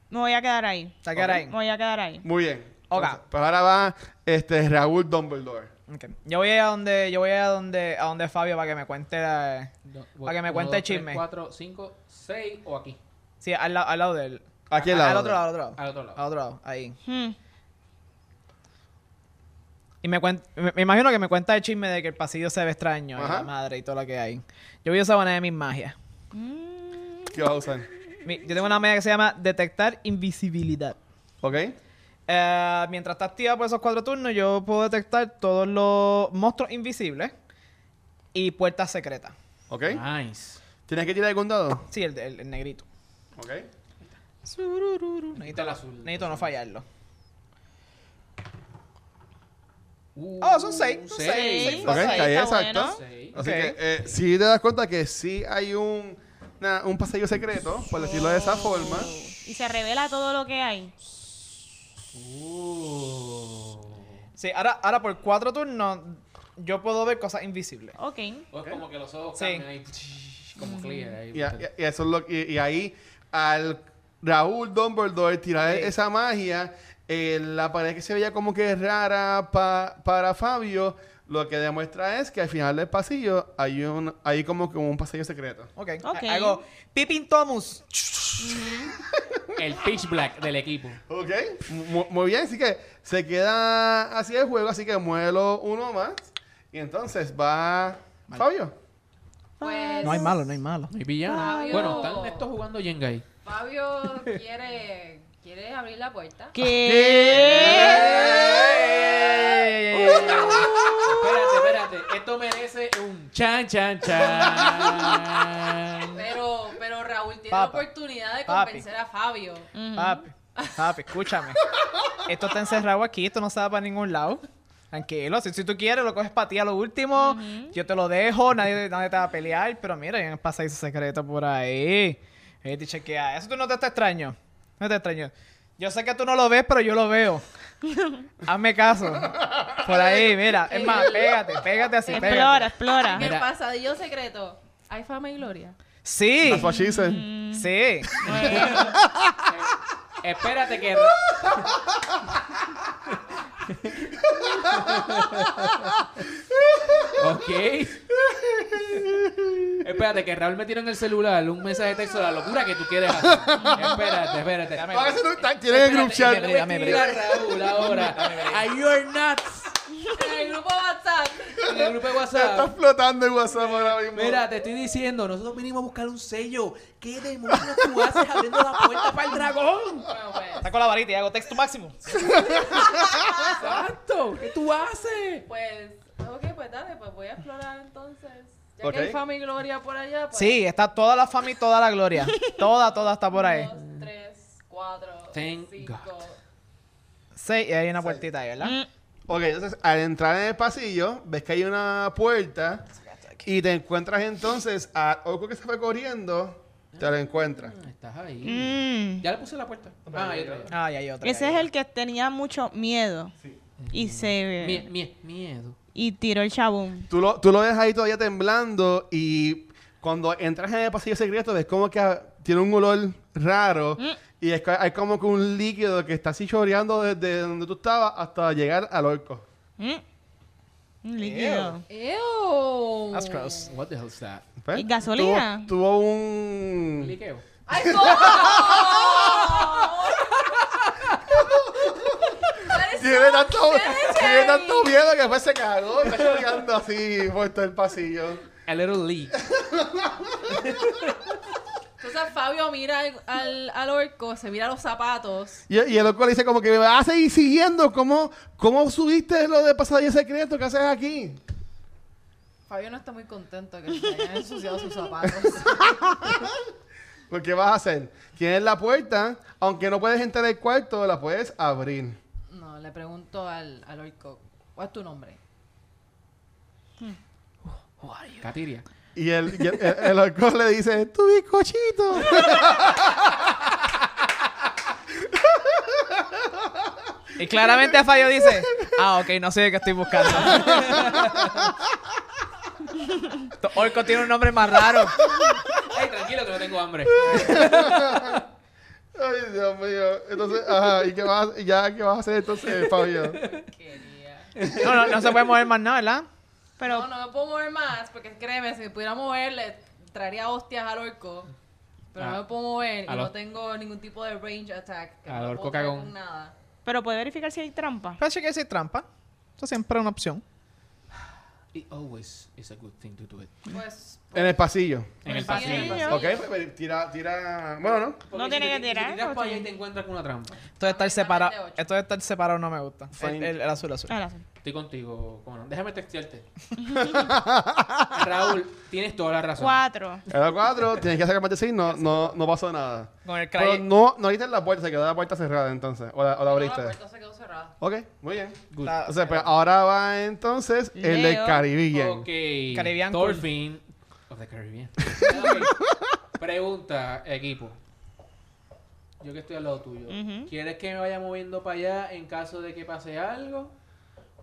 S2: me voy a quedar ahí.
S4: Está que era
S2: Me
S4: ahí.
S2: voy a quedar ahí.
S5: Muy bien.
S4: Ok.
S5: Entonces, Pues ahora va este Raúl Dumbledore.
S4: Ok. Yo voy a donde, yo voy a donde, a donde Fabio para que me cuente la-
S1: Do-
S4: Para que me
S1: uno,
S4: cuente
S1: dos,
S4: el
S1: tres,
S4: chisme.
S1: Cuatro, cinco, seis o aquí.
S4: Sí, al, lado- al lado del.
S5: Aquí
S4: al
S5: al lado.
S4: Al otro lado, al otro lado.
S1: Al otro lado.
S4: Al otro lado, ahí.
S2: Hmm.
S4: Y me, cuen- me, me imagino que me cuenta el chisme de que el pasillo se ve extraño y
S5: Ajá.
S4: la madre y todo lo que hay. Yo voy a usar una de mis magias.
S5: ¿Qué vas a usar?
S4: Mi- Yo tengo una magia que se llama Detectar Invisibilidad.
S5: ¿Ok?
S4: Eh, mientras está activa por esos cuatro turnos, yo puedo detectar todos los monstruos invisibles y puertas secretas.
S5: ¿Ok?
S1: Nice.
S5: ¿Tienes que tirar algún dado?
S4: Sí, el, el- el negrito.
S5: ¿Ok?
S1: Necesito
S4: Surururu. Necesito,
S1: el
S4: no-
S1: azul.
S4: necesito no fallarlo.
S1: Uh,
S4: Oh, son seis, son
S1: seis.
S4: seis, seis
S5: Ok,
S4: Pues ahí
S5: caí,
S2: está
S5: exacto.
S2: bueno.
S1: Seis.
S5: Así
S4: Ok.
S5: que eh, si te das cuenta que sí hay un, una- un pasillo secreto, por decirlo de esa forma.
S2: Y se revela todo lo que hay.
S1: Uh.
S4: Sí, ahora, ahora por cuatro turnos yo puedo ver cosas invisibles.
S1: O
S2: Ok.
S1: es Pues como que los ojos
S4: Sí.
S1: cambian ahí, como clear. Ahí,
S5: Y, a- y- y eso es lo, y, y ahí al Raúl Dumbledore tirar
S4: Sí.
S5: esa magia, eh, la pared que se veía como que rara pa- para Fabio, lo que demuestra es que al final del pasillo hay un hay como que un pasillo secreto.
S4: Ok.
S2: Ok.
S4: ha- Hago Pippin Tomus.
S1: El pitch black del equipo.
S5: Ok, mu- muy bien, así que se queda así el juego, así que muévelo uno más y entonces va Fabio.
S3: Pues
S4: No hay malo, no hay malo.
S1: Y villano.
S3: Fabio.
S1: Bueno, están estos jugando Jenga ahí.
S3: Fabio quiere, quiere abrir la puerta.
S1: Espérate, espérate. Esto merece un chan, chan, chan.
S3: Pero, pero Raúl tiene
S4: Papa.
S3: la oportunidad de
S4: Papi.
S3: convencer a Fabio.
S4: Papi, papi, escúchame. Esto está encerrado aquí, esto no se va para ningún lado. Tranquilo, si, si tú quieres lo coges para ti a lo último, yo te lo dejo, nadie, nadie te va a pelear, pero mira, hay un pasadizo secreto por ahí. Ahí te chequea. Eso tú no te está extraño. No te extraño. Yo sé que tú no lo ves, pero yo lo veo. Hazme caso. Por ahí, mira. Es más, pégate, pégate así,
S2: Explora,
S4: pégate.
S2: explora.
S3: En el
S1: Mira.
S3: pasadillo secreto hay fama y gloria.
S4: Sí,
S5: That's what she said.
S1: Mm.
S4: sí.
S1: Espérate que. ok. Espérate que Raúl me tiró en el celular un mensaje de texto de la locura que tú quieres hacer. Espérate, espérate.
S5: Van a hacer un tag, tienen el group chat.
S1: Espérate, le voy a escribir a Raúl ahora. Are you nuts?
S3: En el grupo WhatsApp.
S1: En el grupo de
S5: Está
S1: WhatsApp.
S5: flotando el WhatsApp ahora mismo.
S1: Mira, te estoy diciendo, nosotros vinimos a buscar un sello. ¿Qué demonios tú haces abriendo la puerta para el dragón?
S3: Bueno, pues,
S4: Saco la varita y hago texto máximo.
S1: Exacto. ¿Qué tú haces?
S3: pues, ok, pues dale, pues voy a explorar entonces. Ya
S5: Ok.
S3: que hay fama y gloria por allá, pues.
S4: Sí, está toda la fama y toda la gloria. Toda, toda está por ahí.
S3: Dos, tres, cuatro,
S1: Thank
S3: cinco.
S1: God.
S4: Sí, y hay una puertita ahí, ¿verdad?
S2: Mm.
S5: Ok, entonces al entrar en el pasillo, ves que hay una puerta y te encuentras entonces a Oco que se fue corriendo, te lo encuentras.
S1: Estás ahí.
S2: Mm.
S1: Ya le puse la puerta. Ah, ahí otra.
S4: Ah, y hay otra.
S2: Ese
S4: ahí
S2: es
S4: hay
S2: el que tenía mucho miedo. Y se
S1: Mie- mie- miedo.
S2: y tiró el chabón.
S5: Tú lo, tú lo ves ahí todavía temblando y cuando entras en el pasillo secreto ves como que ah, tiene un olor raro
S2: Mm.
S5: y es que hay como que un líquido que está así choreando desde donde tú estabas hasta llegar al orco.
S2: Mm. Un líquido.
S3: ¡Ew!
S4: otra. That's gross.
S1: What the hell is that?
S5: ¿Ves?
S2: ¿Y gasolina?
S5: Tuvo, tuvo un...
S1: Liqueo.
S3: ¡Ay, cómo!
S5: Tiene tanto, tiene tanto miedo que después se cagó y está choreando así por todo el pasillo.
S1: A little leak.
S3: Entonces Fabio mira al, al, al orco, se mira los zapatos.
S5: Y, y el loco le dice como que me vas a seguir siguiendo. ¿Cómo, cómo subiste lo de pasadilla secreto? ¿Qué haces aquí?
S3: Fabio no está muy contento que se hayan ensuciado sus zapatos.
S5: Pues, ¿Qué vas a hacer? Tienes la puerta, aunque no puedes entrar al cuarto, la puedes abrir.
S3: No, le pregunto al, al orco, ¿cuál es tu nombre?
S1: Katiria.
S5: Y el, y el, el- el loco le dice, tu bizcochito. *laughs*
S4: Y claramente
S2: *laughs*
S4: a Fallo dice, ah, ok, no sé de qué estoy buscando. To- Orco tiene un nombre más raro.
S1: Ay, tranquilo que no tengo *laughs* hambre.
S5: Ay, Dios mío. Entonces, ajá, ¿y qué vas, a- y ya, qué vas a hacer entonces, Fabio?
S3: Quería.
S4: No, no, no se puede mover más nada, ¿verdad?
S2: Pero
S3: No, no me puedo mover más, porque créeme, si me pudiera mover, le traería hostias al orco. Pero
S1: Ah.
S3: no me puedo mover y
S1: Al or-
S3: no tengo ningún tipo de range attack. que
S1: Al
S3: no lo
S1: orco
S3: puedo traer
S1: cagón.
S3: con Nada.
S2: pero puede verificar si hay trampa.
S4: Parece que es trampa. Eso siempre es una opción.
S1: It always is a good thing to do it.
S3: Pues,
S1: Eh,
S5: En el pasillo.
S1: En el
S3: pasillo.
S5: Ok, pues tira, tira... Bueno, ¿no?
S2: No tiene que tirar,
S1: Si tiras
S2: ¿o
S1: para allá
S2: tiene?
S1: y te encuentras con una trampa.
S4: Esto de estar
S3: Exactamente
S4: separado,
S3: ocho.
S4: esto de estar separado no me gusta. El,
S5: Fine.
S4: el- el azul azul.
S2: Ah, la-
S1: Estoy contigo, cómo no. Déjame *laughs* textearte. Raúl, tienes toda la razón.
S2: Cuatro.
S5: Era cuatro, tienes que sacar más de seis, no, no, no pasó nada.
S4: Con el
S5: Pero
S4: cray.
S5: no, no abriste la puerta, se quedó la puerta cerrada entonces. O la, o
S3: No,
S5: la abriste.
S3: la puerta se quedó cerrada.
S5: Ok, muy bien.
S1: Good.
S4: La-
S5: O sea, pues ahora va entonces el del
S2: Leo.
S5: Caribbean.
S1: Ok.
S4: Caribbean
S1: Thorfinn of the Caribbean. Ok. Pregunta, equipo. Yo que estoy al lado tuyo.
S2: Ujú.
S1: ¿Quieres que me vaya moviendo para allá en caso de que pase algo?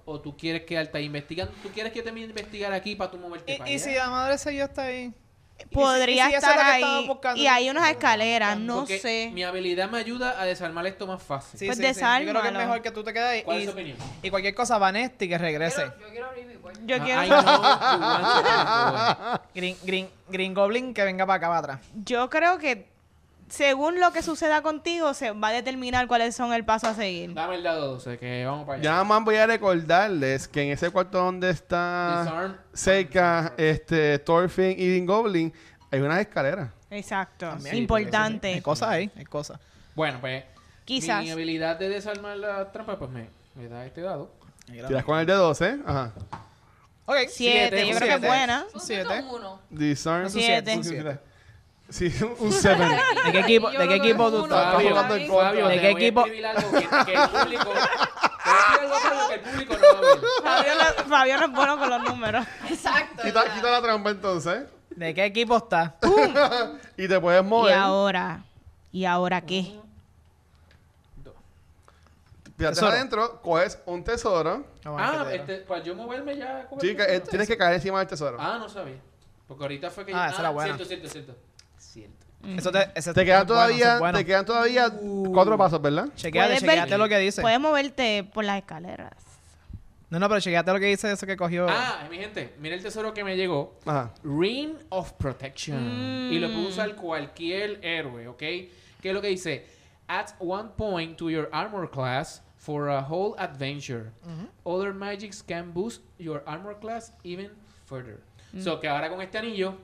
S1: ¿O tú quieres quedarte ahí investigando? ¿Tú quieres que yo termine de investigar aquí para tú moverte
S2: Eh,
S1: para
S4: ¿Y, y
S1: allá?
S4: si la madre se yo está ahí?
S2: Podría
S4: y si esa
S2: estar
S4: es la que estaba
S2: ahí.
S4: buscando?
S2: Y hay unas escaleras, no
S1: Porque
S2: sé.
S1: Mi habilidad me ayuda a desarmar esto más fácil.
S4: Sí,
S2: Pues
S4: sí, sí. Yo creo que es
S2: desármalo.
S4: mejor que tú te quedes
S1: ¿Cuál
S4: ahí.
S1: es
S4: Y,
S1: tu opinión?
S4: y cualquier cosa, Vanesti, que regrese.
S3: Quiero- yo quiero abrir mi puerta.
S2: Yo
S1: Ah,
S2: quiero,
S1: I know you want to have it all.
S4: Green, green, green Goblin que venga para acá, para atrás.
S2: yo creo que según lo que suceda contigo, se va a determinar cuáles son el paso a seguir.
S1: Dame el dado 12, que vamos para allá.
S5: Ya nada más voy a recordarles que en ese cuarto donde está
S1: Disarm.
S5: cerca este Thorfinn y Green Goblin, hay unas escaleras.
S2: Exacto.
S4: También.
S2: Importante.
S4: Hay cosas ahí, hay cosas.
S1: Bueno, pues.
S2: Quizás.
S1: Mi habilidad de desarmar la trampa, pues me, me da este dado.
S5: Tiras con el de 12, ajá.
S4: Ok.
S2: Siete,
S4: un
S2: yo creo que es
S4: siete.
S2: buena.
S3: Un
S4: Un
S3: siete
S4: siete.
S3: o un uno.
S5: Disarm.
S4: No,
S5: Sí,
S4: son siete,
S2: Siete.
S4: son siete.
S5: un- *laughs*
S3: *laughs*
S5: un 7.
S4: ¿De qué equipo-
S3: Yo
S4: de qué
S3: creo que
S4: equipo
S3: es
S4: tú estás?
S3: un uno,
S5: Estás jugando
S3: David.
S5: en contra.
S1: Fabio,
S4: ¿De
S1: te
S4: qué
S1: voy a
S4: equipo?
S1: escribir algo que, que el público. te voy a escribir algo, Fabio, que el público no va a ver.
S2: Fabio, no- Fabio no es bueno con los números.
S3: Exacto.
S5: Quita,
S3: ya.
S5: quita la trampa entonces
S4: ¿De qué equipo estás?
S1: Ah,
S5: y te puedes
S2: Y
S5: mover.
S2: ahora, ¿y ahora qué?
S5: Fíjate
S4: Tesoro.
S5: adentro, coges un tesoro.
S1: Ah, este, para yo moverme ya. coge
S5: Sí,
S1: el
S5: que,
S1: público.
S5: eh, tienes que caer encima del tesoro.
S1: Ah, no sabía. Porque ahorita fue que.
S4: Ah, esa era buena.
S1: Cierto, cierto, cierto. Cierto.
S4: Eso te, ese-
S5: te quedan
S4: eso es bueno, eso
S5: todavía,
S4: es bueno.
S5: te quedan todavía cuatro pasos, ¿verdad?
S4: Chequeate,
S2: Puedes ver-
S4: chequeate lo que dice.
S2: Puedes moverte por las escaleras.
S4: No, no, pero chequeate lo que dice eso que cogió.
S1: Ah, mi gente, mira el tesoro que me llegó.
S5: Ajá.
S1: Ring of Protection.
S2: Mm.
S1: Y lo puede usar cualquier héroe, ¿ok? ¿Qué es lo que dice? Add one point to your armor class for a whole adventure. Other magics can boost your armor class even further. So que ahora con este anillo,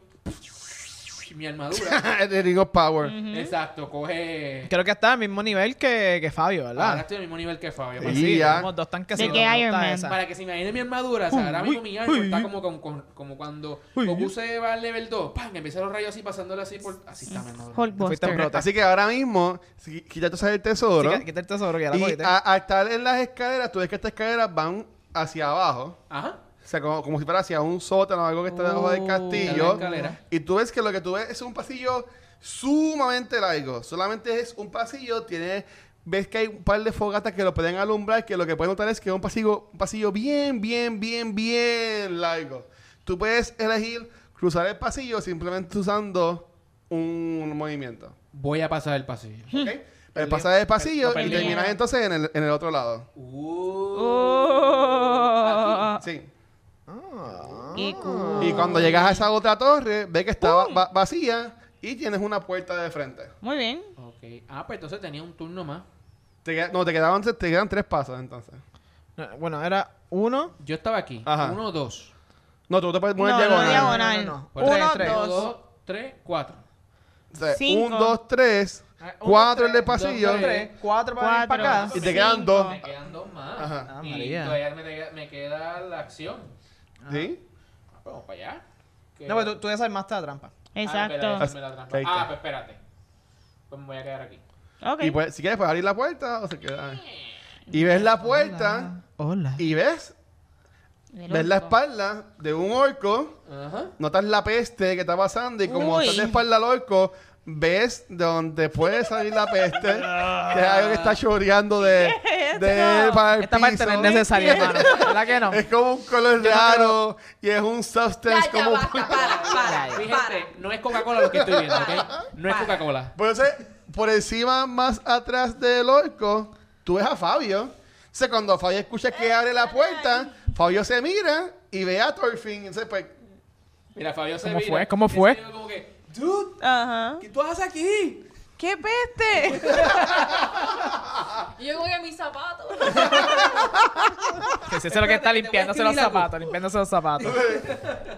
S1: mi
S5: *laughs*
S1: armadura.
S5: el Ring of Power.
S1: Exacto, coge.
S4: Creo que está al mismo nivel que, que Fabio,
S1: Ahora
S4: ¿verdad?
S1: estoy al mismo nivel que Fabio.
S5: Sí.
S1: Para-
S5: Y ya.
S4: tenemos dos tanques.
S2: De
S4: sí,
S2: que
S4: me
S2: Iron
S4: gusta
S2: Man.
S4: esa.
S1: Para que se me imagine mi armadura, o sea, ahora mismo mi arma está como, con- con- como cuando
S4: uy.
S1: Goku se va al level 2, ¡pam! Empiezan los rayos así pasándole así por. Así está mi armadura.
S4: Fuiste
S2: Hulkbuster.
S4: pro- Prota.
S5: Así que ahora mismo, si quitas el tesoro.
S4: Sí, que- quita el tesoro que ya la
S5: Y
S4: cogiste.
S5: a- al estar en las escaleras, tú ves que estas escaleras van hacia abajo.
S1: Ajá.
S5: O sea, como, como si fuera hacia un sótano o algo que está debajo del
S1: Las
S5: castillo.
S1: escaleras.
S5: Y tú ves que lo que tú ves es un pasillo sumamente largo. Solamente es un pasillo, tiene... Ves que hay un par de fogatas que lo pueden alumbrar, que lo que puedes notar es que es un pasillo, un pasillo bien, bien, bien, bien largo. Tú puedes elegir cruzar el pasillo simplemente usando un movimiento.
S1: Voy a pasar el pasillo.
S5: ¿ok? Pero pasas el pasillo y
S1: perdí.
S5: terminas entonces en el, en el otro lado.
S2: Oh,
S5: Sí.
S2: qué cool.
S5: Ah. Y cuando llegas a esa otra torre, ves que está va- va- vacía y tienes una puerta de frente.
S2: Muy bien.
S1: Ok. Ah, pues entonces tenía un turno más.
S5: Te queda- no, te quedaban te quedan tres pasos entonces.
S4: No, Bueno, era uno.
S1: Yo estaba aquí.
S5: Ajá.
S1: Uno, dos.
S5: No, tú te puedes poner
S2: No, no,
S5: diagonal.
S2: diagonal.
S1: Por
S4: Uno,
S1: tres,
S4: tres.
S1: Uno, dos, tres, cuatro.
S5: O sea,
S2: Cinco.
S5: un, dos, tres,
S4: Ah, uno,
S5: cuatro el de
S4: tres, dos,
S5: pasillo.
S1: dos,
S4: tres, cuatro para venir
S2: Cuatro.
S4: para acá.
S5: Y te quedan
S2: Cinco.
S5: dos.
S1: Me quedan dos más.
S5: Ajá.
S4: Ah,
S1: y
S4: María.
S1: todavía me, te- me queda la acción.
S5: ¿Sí?
S1: Vamos para allá. Que-
S4: No, pero tú, tú desarmaste la trampa.
S1: Ah,
S2: Exacto.
S1: no, espera, déjame la trampa.
S5: Ahí está.
S1: Ah, pues espérate. Pues me voy a quedar aquí.
S2: Ok.
S5: Y pues, si quieres, puedes abrir la puerta o se queda. Y ves la puerta
S4: Hola.
S5: y ves,
S2: El
S5: ves la
S2: orco.
S5: espalda de un orco.
S1: Ajá.
S5: Notas la peste que está pasando y como
S2: Uy.
S5: estás de espalda al orco, ves de donde puede salir la peste, que es algo que está choreando de,
S4: *laughs*
S5: de para el
S4: Esta parte
S5: piso.
S4: no es
S2: *laughs*
S4: necesaria,
S5: *laughs*
S4: hermano. ¿Verdad que no?
S5: Es como un color raro y es un
S3: Ya,
S5: substance
S3: ya,
S5: como...
S3: basta,
S5: *laughs*
S3: para, para,
S1: Mi
S3: para.
S1: gente, no es Coca-Cola lo que estoy viendo, ¿ok? No es Coca-Cola.
S5: Por eso, por encima, más atrás del orco, tú ves a Fabio. Entonces, cuando Fabio escucha que abre la puerta, Fabio se mira y ve a Thorfinn. Entonces, pues,
S1: Mira, Fabio se
S4: ¿Cómo
S1: vira.
S4: fue? ¿Cómo fue?
S1: Ese tipo como que, dude,
S2: Ajá.
S1: ¿qué tú haces aquí?
S2: ¡Qué peste!
S3: Y yo como que
S4: *laughs*
S3: mis zapatos.
S4: Que
S1: Espérate,
S4: si eso es lo que
S1: que te voy
S4: está
S1: a
S4: limpiándose los
S1: escribir algo.
S4: zapatos, limpiándose los zapatos.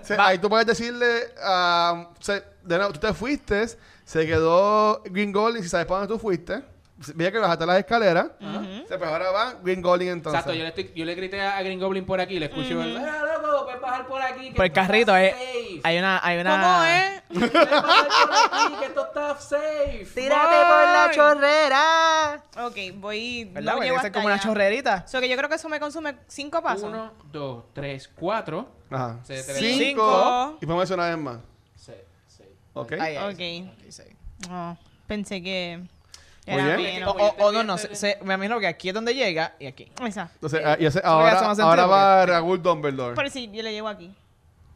S5: O sea, ahí tú puedes decirle, ah, o sea, de nuevo, tú te fuiste, se quedó Green Goblin, si sabes para dónde tú fuiste, veía que bajaste las escaleras,
S1: Ajá.
S5: o sea, sea, pues ahora va Green Goblin entonces.
S1: Exacto, yo le, estoy- yo le grité a Green Goblin por aquí, le escucho. el, "Ah, loco, puedes bajar por aquí. que
S4: Por el
S1: esto está
S4: carrito, eh,
S1: safe.
S4: hay una, hay una.
S2: ¿Cómo es?
S1: Puedes bajar por aquí, que esto está safe.
S2: chorrera. Ok, voy.
S4: ¿Verdad?
S2: No
S4: Porque
S2: llego
S4: esa
S2: hasta
S4: es como una
S2: allá.
S4: chorrerita.
S2: So que yo creo que eso me consume cinco pasos.
S1: Uno, dos, tres, cuatro.
S5: Ajá.
S1: Se-
S5: Cinco.
S1: se-
S2: Cinco.
S5: Y podemos decir una vez más.
S1: Se- se-
S5: ¿Ok?
S4: Ahí, ahí,
S2: Ok.
S4: sí. Ok, sí.
S2: No, pensé que.
S5: Muy
S2: Era
S5: bien.
S2: menos.
S4: O, o- o no, no. se- se- me imagino que aquí es donde llega y aquí.
S2: Exacto.
S5: Entonces, ah, y ese-
S4: que
S5: ahora,
S4: hace más sentido
S5: ahora va Raúl Dumbledore.
S2: Pero si yo le llevo aquí.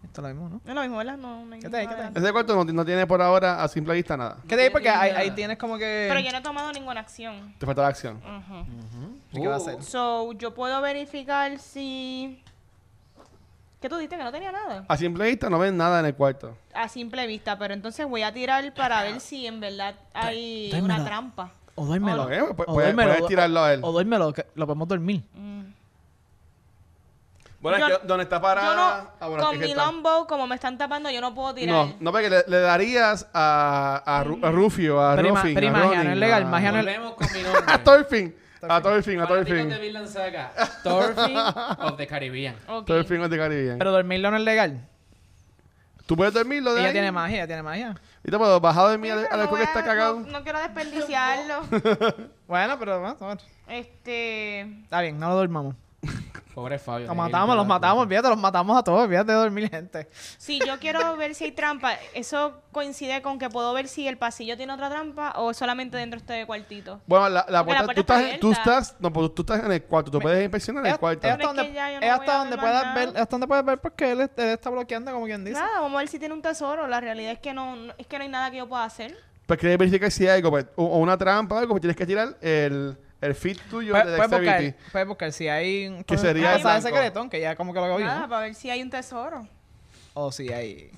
S4: Esto es lo mismo, ¿no?
S2: No es lo mismo, ¿verdad? No, no hay
S4: ¿Qué tal,
S2: ninguna
S4: qué tal?
S2: adelante.
S5: Ese cuarto no, no tiene por ahora a simple vista nada.
S4: ¿Qué te digo? Porque
S1: tiene
S4: ahí,
S1: nada.
S4: ahí tienes como que.
S2: Pero yo no he tomado ninguna acción.
S5: Te falta la acción.
S2: Ujú.
S5: Mm.
S4: ¿Qué va a hacer?
S2: So, yo puedo verificar si. ¿Qué tú dijiste? Que no tenía nada.
S5: A simple vista no ven nada en el cuarto.
S2: A simple vista, pero entonces voy a tirar para ver si en verdad hay
S4: Dámelo.
S2: una trampa.
S4: O duérmelo.
S5: Ok, pues,
S4: o
S5: puedes-
S4: duérmelo,
S5: puedes
S4: o-
S5: tirarlo a él.
S4: Ah, O duérmelo, que lo podemos dormir.
S2: Mm.
S5: Bueno,
S2: Yo-
S5: es que donde está parada.
S2: Yo no,
S5: Ah, bueno,
S2: con
S5: es que
S2: mi
S5: está-
S2: longbow, como me están tapando, yo no puedo tirar.
S5: No, no, porque le, le darías a, a, Ru- a Rufio, a
S4: Pero ima-
S5: Rufin,
S4: pero
S5: a
S4: magia, no
S5: Ronin,
S4: es legal,
S5: a-
S4: magia no es-
S1: Volvemos con
S4: *laughs*
S1: mi nombre.
S5: *laughs* A Thorfinn, a Thorfinn,
S1: Fanáticos
S5: a
S1: de
S5: Thorfinn.
S1: Vinland Saga. Thorfinn of the Caribbean.
S2: Ok.
S5: Thorfinn es de Caribbean.
S4: Pero dormirlo no es legal.
S5: ¿Tú puedes dormirlo de
S4: Ella
S5: ahí?
S4: tiene magia, ella tiene magia.
S5: Y te puedo bajar a dormir
S2: Pero
S5: al
S2: no
S5: al alcohol
S2: voy
S5: que
S2: a-
S5: está cagado.
S2: no- no quiero
S5: *laughs*
S2: desperdiciarlo.
S4: Bueno, pero vamos, vamos.
S2: este.
S4: Está bien, no lo dormamos.
S1: Pobre Fabio.
S4: Los
S1: tiene que
S4: matamos,
S1: limpiar
S4: los
S1: la
S4: matamos,
S1: culpa.
S4: olvídate, los matamos a todos, olvídate de dormir gente.
S2: Si yo quiero ver si hay trampa, ¿eso coincide con que puedo ver si el pasillo tiene otra trampa o solamente dentro de este cuartito?
S5: Bueno, la, la
S2: Porque
S5: puerta,
S2: la
S5: tú,
S2: puerta
S5: estás,
S2: está
S5: tú
S2: abierta.
S5: estás, no, pues tú estás en el cuarto, tú puedes inspeccionar el
S4: Es-
S5: cuarto.
S4: es hasta
S2: Pero es que
S4: donde-
S2: ya yo no
S4: es
S2: voy
S4: hasta
S2: a
S4: donde
S2: ver más
S4: puedas
S2: nada.
S4: ver, es hasta donde puedes ver porque él, él está bloqueando como quien dice.
S2: Nada, vamos a ver si tiene un tesoro. La realidad es que no, no- es que no hay nada que yo pueda hacer.
S5: Pues quieres verificar si hay algo, pues, o, o una trampa o algo, pues tienes que tirar el, el feed tuyo
S4: Puedes,
S5: de
S4: puedes buscar,
S5: Dexterity.
S4: puedes buscar si hay un
S5: Que sería
S4: un pasaje
S5: blanco.
S4: secretón, que ya como que lo Oh, vimos.
S2: Nada, para ver si hay un tesoro.
S4: O si hay.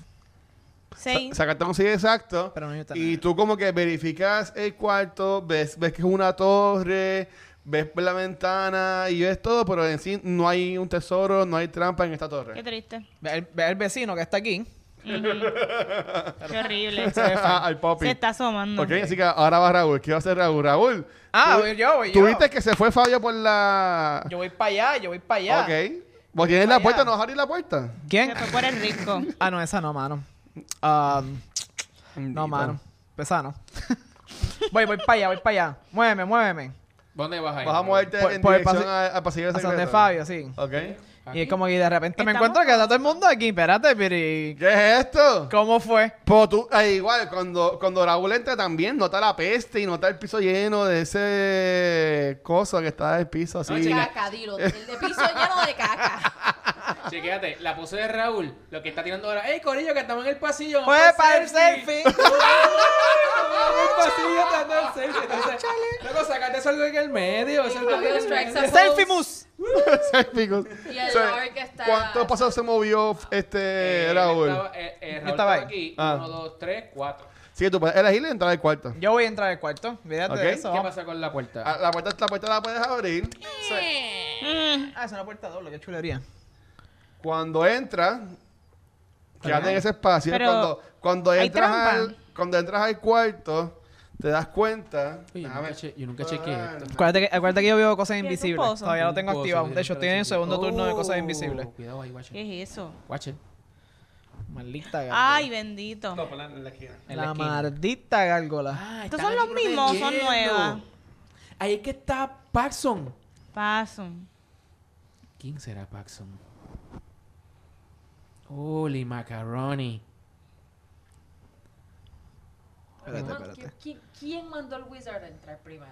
S5: Sa-
S2: Seis.
S5: Sacarte un sí exacto.
S4: Pero no hay otra
S5: y
S4: nada.
S5: tú como que verificas el cuarto, ves, ves que es una torre, ves por la ventana y ves todo, pero en sí no hay un tesoro, no hay trampa en esta
S2: Qué
S5: torre.
S2: triste.
S4: Ve el, ve el vecino que está aquí.
S2: Qué horrible.
S5: *laughs* Ah, Al
S2: Se
S5: poppy.
S2: está asomando.
S5: Ok, así que ahora va Raúl. ¿Qué va a hacer Raúl? Raúl,
S4: Ah,
S5: Tú-
S4: voy yo voy yo.
S5: tuviste que se fue Fabio por la...
S4: Yo voy para allá, yo voy para allá.
S5: Ok. Vos tienes
S4: Para
S5: la puerta,
S4: allá.
S5: no vas a abrir la puerta.
S4: ¿Quién?
S2: Se fue por el risco.
S4: Ah, no, esa no, mano. Ah, no, mano. Esa no. *laughs* voy, voy para allá, voy para allá. Muéveme, muéveme.
S1: ¿Dónde vas a ir?
S5: Vas a este. moverte
S4: Por-
S5: en
S4: por el
S5: dirección
S4: pase-
S5: al, al pasillo
S4: O sea, de
S5: secreto.
S4: Fabio, sí.
S5: Ok.
S4: Y es como que de repente me
S2: Ah. Estamos-
S4: encuentro que está todo el mundo aquí. Espérate, pero ¿y
S5: ¿Qué es esto?
S4: ¿Cómo fue?
S5: Pero tú, ah, igual, cuando, cuando Raúl entra también, nota la peste y nota el piso lleno de ese cosa que está en el piso así.
S1: No,
S3: De
S5: *laughs*
S1: chica.
S3: caca, dilo. El de piso lleno de caca.
S1: Chequéate, la pose de Raúl, lo que está tirando ahora. ¡Ey, Corillo, que estamos en el pasillo!
S4: Fue
S1: vamos
S4: para el selfie. *laughs*
S1: el pasillo está dando el selfie.
S4: *laughs*
S1: Entonces, luego sacate eso algo en el medio. Eso algo en
S3: Fabio
S1: el
S3: strikes
S1: medio.
S4: *laughs*
S3: a
S4: Selfie mus.
S5: Selfies.
S3: Y el
S5: O sea,
S3: Lord que está-
S5: ¿Cuántos pasos se movió este
S1: Eh,
S5: Raúl?
S1: Estaba, eh, eh, Raúl
S4: estaba
S1: estaba
S4: ahí.
S1: aquí.
S5: Ah.
S1: Uno, dos, tres, cuatro.
S5: Sí, tú puedes elegir entrar al cuarto.
S4: Yo voy a entrar al cuarto. Fíjate
S5: Ok.
S4: de eso.
S1: ¿Qué pasa con la puerta?
S5: Ah, La puerta, la puerta la puedes abrir. Sí.
S4: Ah, es una puerta doble, qué chulería.
S5: Cuando entras, quédate en ese espacio.
S2: Pero,
S5: cuando, cuando,
S2: ¿hay
S5: entras
S2: trampa?
S5: al, cuando entras al cuarto, te das cuenta.
S1: Oye, yo
S5: Déjame-
S1: nunca che- yo nunca chequeé
S5: Ah,
S1: esto.
S4: Acuérdate que, acuérdate que yo veo cosas
S2: un
S4: invisibles.
S2: pozo.
S4: Todavía lo tengo
S1: Un pozo,
S4: activo.
S1: mira,
S4: De hecho, estoy en el segundo turno de cosas invisibles.
S1: Oh, Cuidado ahí, guache.
S2: ¿Qué es
S5: *laughs*
S2: eso?
S1: Guache.
S4: Maldita gárgola.
S2: Ay, bendito.
S5: no, ponla en la esquina.
S1: En
S4: la
S1: esquina.
S4: maldita gárgola.
S1: Ah,
S2: Estos
S1: están
S2: son los
S1: aquí
S2: mismos, son
S1: protegiendo.
S2: nuevas.
S1: Ahí es que está Paxson.
S2: Paso.
S1: ¿Quién será Paxson? Holy macaroni.
S4: Espérate, espérate.
S3: ¿Qui- ¿Quién mandó al wizard a entrar primero?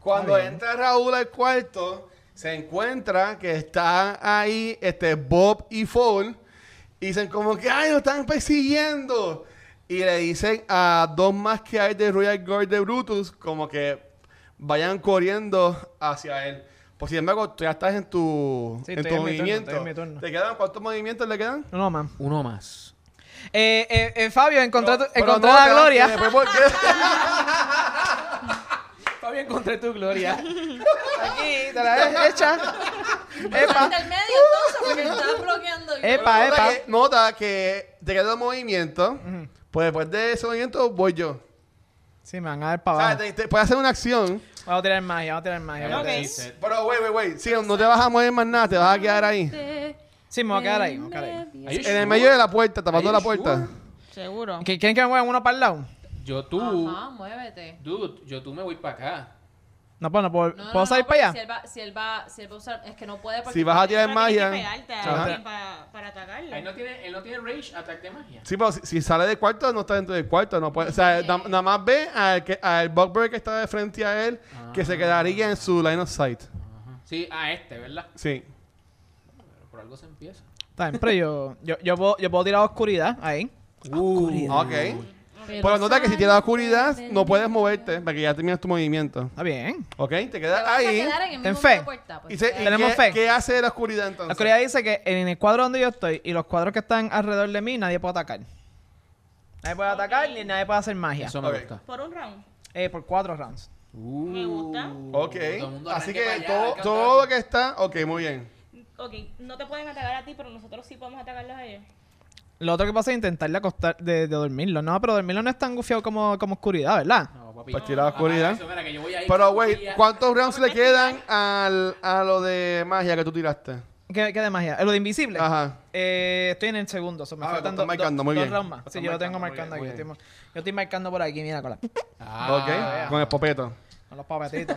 S5: Cuando entra Raúl al cuarto, se encuentra que están ahí este, Bob y Fall. Y dicen como que, ¡ay, nos están persiguiendo! Y le dicen a dos más que hay de Royal Guard de Brutus como que vayan corriendo hacia él. Por sin embargo, tú ya estás en tu,
S4: Sí,
S5: en
S4: estoy
S5: tu
S4: en mi turno,
S5: movimiento.
S4: estoy en mi turno.
S5: ¿Te quedan cuántos movimientos le quedan?
S4: No, no, man.
S1: Uno más.
S4: Eh, eh, eh, Fabio, encontré, tu-
S5: Pero
S4: encontré
S5: no,
S4: la
S5: espérate,
S4: gloria. *laughs*
S5: después, ¿por qué?
S1: Fabio, encontré tu gloria.
S4: Aquí, te la he hecha. *laughs* Epa,
S5: Ah.
S3: Hasta el medio entonces, porque está bloqueando. el-
S4: epa,
S5: nota,
S4: epa.
S5: que, nota que te quedan movimientos. Pues después de ese movimiento voy yo.
S4: Sí, me van a dar para
S5: O sea,
S4: abajo.
S5: te- te- puedes hacer una acción.
S4: Vamos a tirar magia, vamos a tirar magia.
S2: *laughs* Ok.
S5: Pero, wait, wait, wait. Sí, no te vas a mover más nada, te vas a quedar ahí.
S4: Sí, me voy a quedar ahí, me voy a quedar ahí.
S1: Are you
S5: En
S1: sure?
S5: el medio de la puerta, tapando
S1: Are you
S5: la puerta.
S2: Seguro.
S4: ¿Qui- ¿Quieren que me muevan uno para el lado?
S1: Yo tú,
S3: Ajá, muévete.
S1: dude, yo tú me voy para acá.
S4: No, pues no puedo.
S3: No, no,
S4: ¿Puedo
S3: no,
S4: salir
S3: porque
S4: para allá?
S3: Si él, va, si, él va, si él va a usar. Es que no puede porque.
S5: Si vas a
S3: tiene-
S5: tirar magia. Ajá.
S2: para, para
S1: Él
S2: atacarla.
S1: no tiene, él no tiene range attack de magia.
S5: Sí, pero si, si sale del cuarto, no está dentro del cuarto. No puede, o sea, na- nada más ve al, que, al Bugbear que está de frente a él, que
S1: Ah.
S5: se quedaría en su line of sight.
S1: Sí, a este, ¿verdad?
S5: Sí.
S1: Pero por algo se empieza.
S4: Está bien, pero yo, yo, yo, puedo, yo puedo tirar oscuridad ahí.
S5: Ok. Pero nota que si tienes oscuridad, no puedes moverte, porque ya terminas tu movimiento.
S4: Está bien.
S5: Ok, te
S3: Te
S5: quedas
S3: vas a
S5: ahí.
S3: quedar en
S4: Ten
S3: el mismo
S4: fe.
S3: puerta, pues,
S5: Y se-
S3: te
S5: y
S3: quedas-
S4: Tenemos
S5: qué,
S4: fe.
S5: ¿Qué hace la oscuridad entonces?
S4: La oscuridad dice que en el cuadro donde yo estoy y los cuadros que están alrededor de mí, nadie puede atacar. Nadie puede atacar ni nadie puede hacer magia.
S1: Eso me
S5: Ok.
S1: gusta.
S2: Por un round.
S4: Eh, por cuatro rounds.
S2: Me gusta.
S5: Ok.
S1: Uh, Todo el mundo
S5: Así
S1: arranque pa'
S5: que
S1: allá,
S5: todo,
S1: arranca
S5: todo
S1: atrás.
S5: lo que está. Ok, muy bien.
S2: Ok, no te pueden atacar a ti, pero nosotros sí podemos atacarlos a ellos.
S4: Lo otro que pasa es intentarle acostar de, de dormirlo. No, pero dormirlo no es tan gufiado como, como oscuridad, ¿verdad?
S1: No, papi.
S5: Pues tira la
S1: Apaga
S5: oscuridad.
S1: eso, mira, que yo voy ahí
S5: Pero,
S1: con
S5: güey,
S1: guía.
S5: ¿cuántos rounds le quedan al, a lo de magia que tú tiraste?
S4: ¿Qué, qué de magia? Eh, lo de invisible.
S5: Ajá.
S4: Eh, estoy en el segundo. so me
S5: Ah, lo
S4: faltan
S5: estás
S4: do-
S5: marcando,
S4: do-
S5: muy
S4: dos
S5: bien.
S4: rounds más.
S5: Lo
S4: Sí,
S5: estás
S4: yo lo tengo
S5: marcando,
S4: marcando
S5: muy
S4: aquí.
S5: bien,
S4: Yo estoy, yo estoy marcando por aquí, mira, con, la-
S5: ok,
S1: Ah,
S5: con el popeto.
S4: con los papetitos.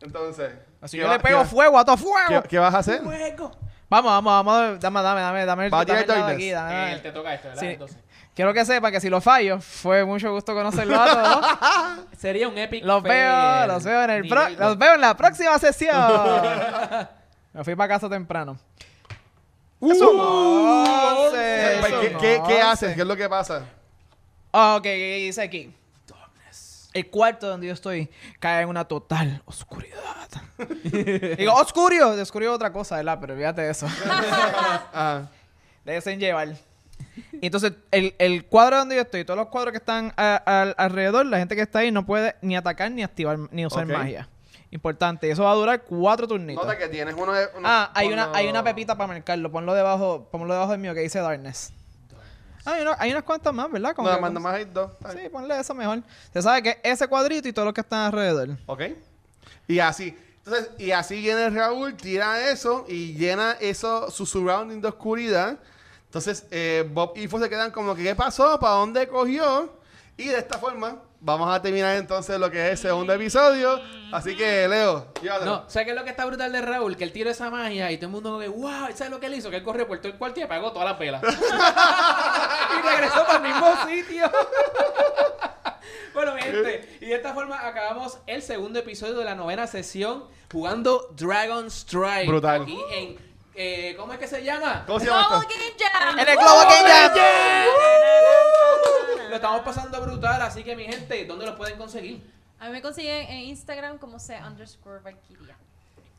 S5: Entonces.
S4: Así
S5: ¿qué
S4: yo
S5: va-
S4: le pego
S5: qué va-
S4: fuego a todo fuego.
S5: ¿Qué, qué vas a hacer?
S4: Vamos, vamos, vamos. Dame, dame, dame, dame. el-
S5: Va a
S4: dame
S5: tirar
S4: el dado
S5: darkness.
S4: aquí, dame,
S1: Eh,
S4: dame.
S1: él te toca esto, ¿verdad?
S4: Sí.
S1: Entonces.
S4: Quiero que sepa que si lo fallo, fue mucho gusto conocerlo a todos.
S1: *laughs* Sería un epic
S4: Los veo,
S1: fail.
S4: los veo en el
S1: Nivel
S4: pro-
S1: dos.
S4: los veo en la
S1: *laughs*
S4: próxima sesión. Me fui para casa temprano. Eso
S7: Uh.
S4: no sé,
S5: Uh, Pues,
S4: eso
S5: ¿Qué,
S4: no
S5: qué- qué
S4: sé.
S5: haces? ¿Qué es lo que pasa?
S4: Ah, ok, ¿qué dice aquí? El cuarto donde yo estoy cae en una total
S1: *laughs*
S4: oscuridad. Digo, oscurio, oscurio es otra cosa, ¿verdad? Pero fíjate de eso.
S5: Ajá.
S4: Dejen llevar. Y entonces, el, el cuadro donde yo estoy, todos los cuadros que están a- al- alrededor, la gente que está ahí no puede ni atacar, ni activar, ni usar
S5: Ok.
S4: magia. Importante. Eso va a durar cuatro turnitos.
S5: Nota que tienes uno de. uno-
S4: Ah, hay una,
S5: uno-
S4: hay una pepita para marcarlo. Ponlo debajo, ponlo debajo del mío que dice Darkness. Ah, hay, una- hay unas cuantas más, ¿verdad?
S5: No,
S4: Como que-
S5: más, nada más hay dos.
S4: Sí, ponle eso mejor. Se sabe que ese cuadrito y todos los que están alrededor.
S5: Ok. Y así. Entonces, y así viene Raúl, tira eso y llena eso, su surrounding de oscuridad. Entonces, eh, Bob y Fo se quedan como que, ¿qué pasó? ¿Para dónde cogió? Y de esta forma, vamos a terminar entonces lo que es el segundo episodio. Así que, Leo, llévatelo.
S1: No, ¿sabes qué es lo que está brutal de Raúl? Que él tiró esa magia y todo el mundo como que, wow, ¿sabes lo que él hizo? Que él corrió por todo el cuarto y apagó todas las velas. *laughs* y regresó para el mismo sitio. *laughs* bueno, mi gente, y de esta forma acabamos el segundo episodio de la novena sesión jugando Dragon Strike.
S5: Brutal.
S1: Aquí en, eh, ¿cómo es que se llama?
S5: ¿Cómo se llama
S3: Global
S5: esto?
S3: Game
S5: ¡Ah!
S3: Jam.
S4: ¡En el globo
S5: ¡Oh,
S4: que
S1: Lo estamos pasando brutal, así que mi gente, ¿dónde lo pueden conseguir?
S3: A mí me consiguen en Instagram como se underscore Valkyria.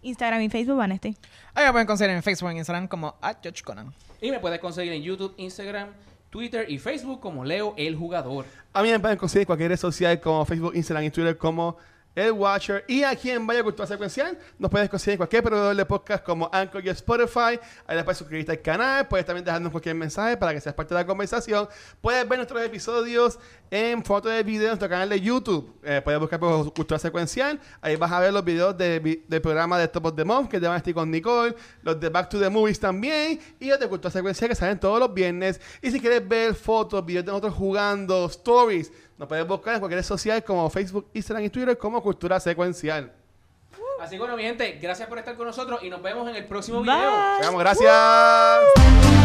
S2: Instagram y Facebook van a este.
S4: Ahí me pueden conseguir en Facebook, en Instagram como @georgeconan.
S1: Y me puedes conseguir en YouTube, Instagram, Twitter y Facebook como Leo el Jugador.
S5: A mí me pueden conseguir cualquier red social como Facebook, Instagram y Twitter como El Watcher. Y aquí en Vaya Cultura Secuencial nos puedes conseguir en cualquier proveedor de podcast como Anchor y Spotify. Ahí puedes suscribirte al canal, puedes también dejarnos cualquier mensaje para que seas parte de la conversación. Puedes ver nuestros episodios en fotos de video en nuestro canal de YouTube. Eh, puedes buscar por Cultura Secuencial. Ahí vas a ver los videos de vi- del programa de Top of the Month que te van a estar con Nicole, los de Back to the Movies también y los de Cultura Secuencial que salen todos los viernes. Y si quieres ver fotos, videos de nosotros jugando, stories, nos puedes buscar en cualquier red social como Facebook, Instagram y Twitter como Cultura Secuencial.
S1: Así que bueno, mi gente, gracias por estar con nosotros y nos vemos en el próximo
S2: Bye.
S1: video.
S5: Te damos gracias.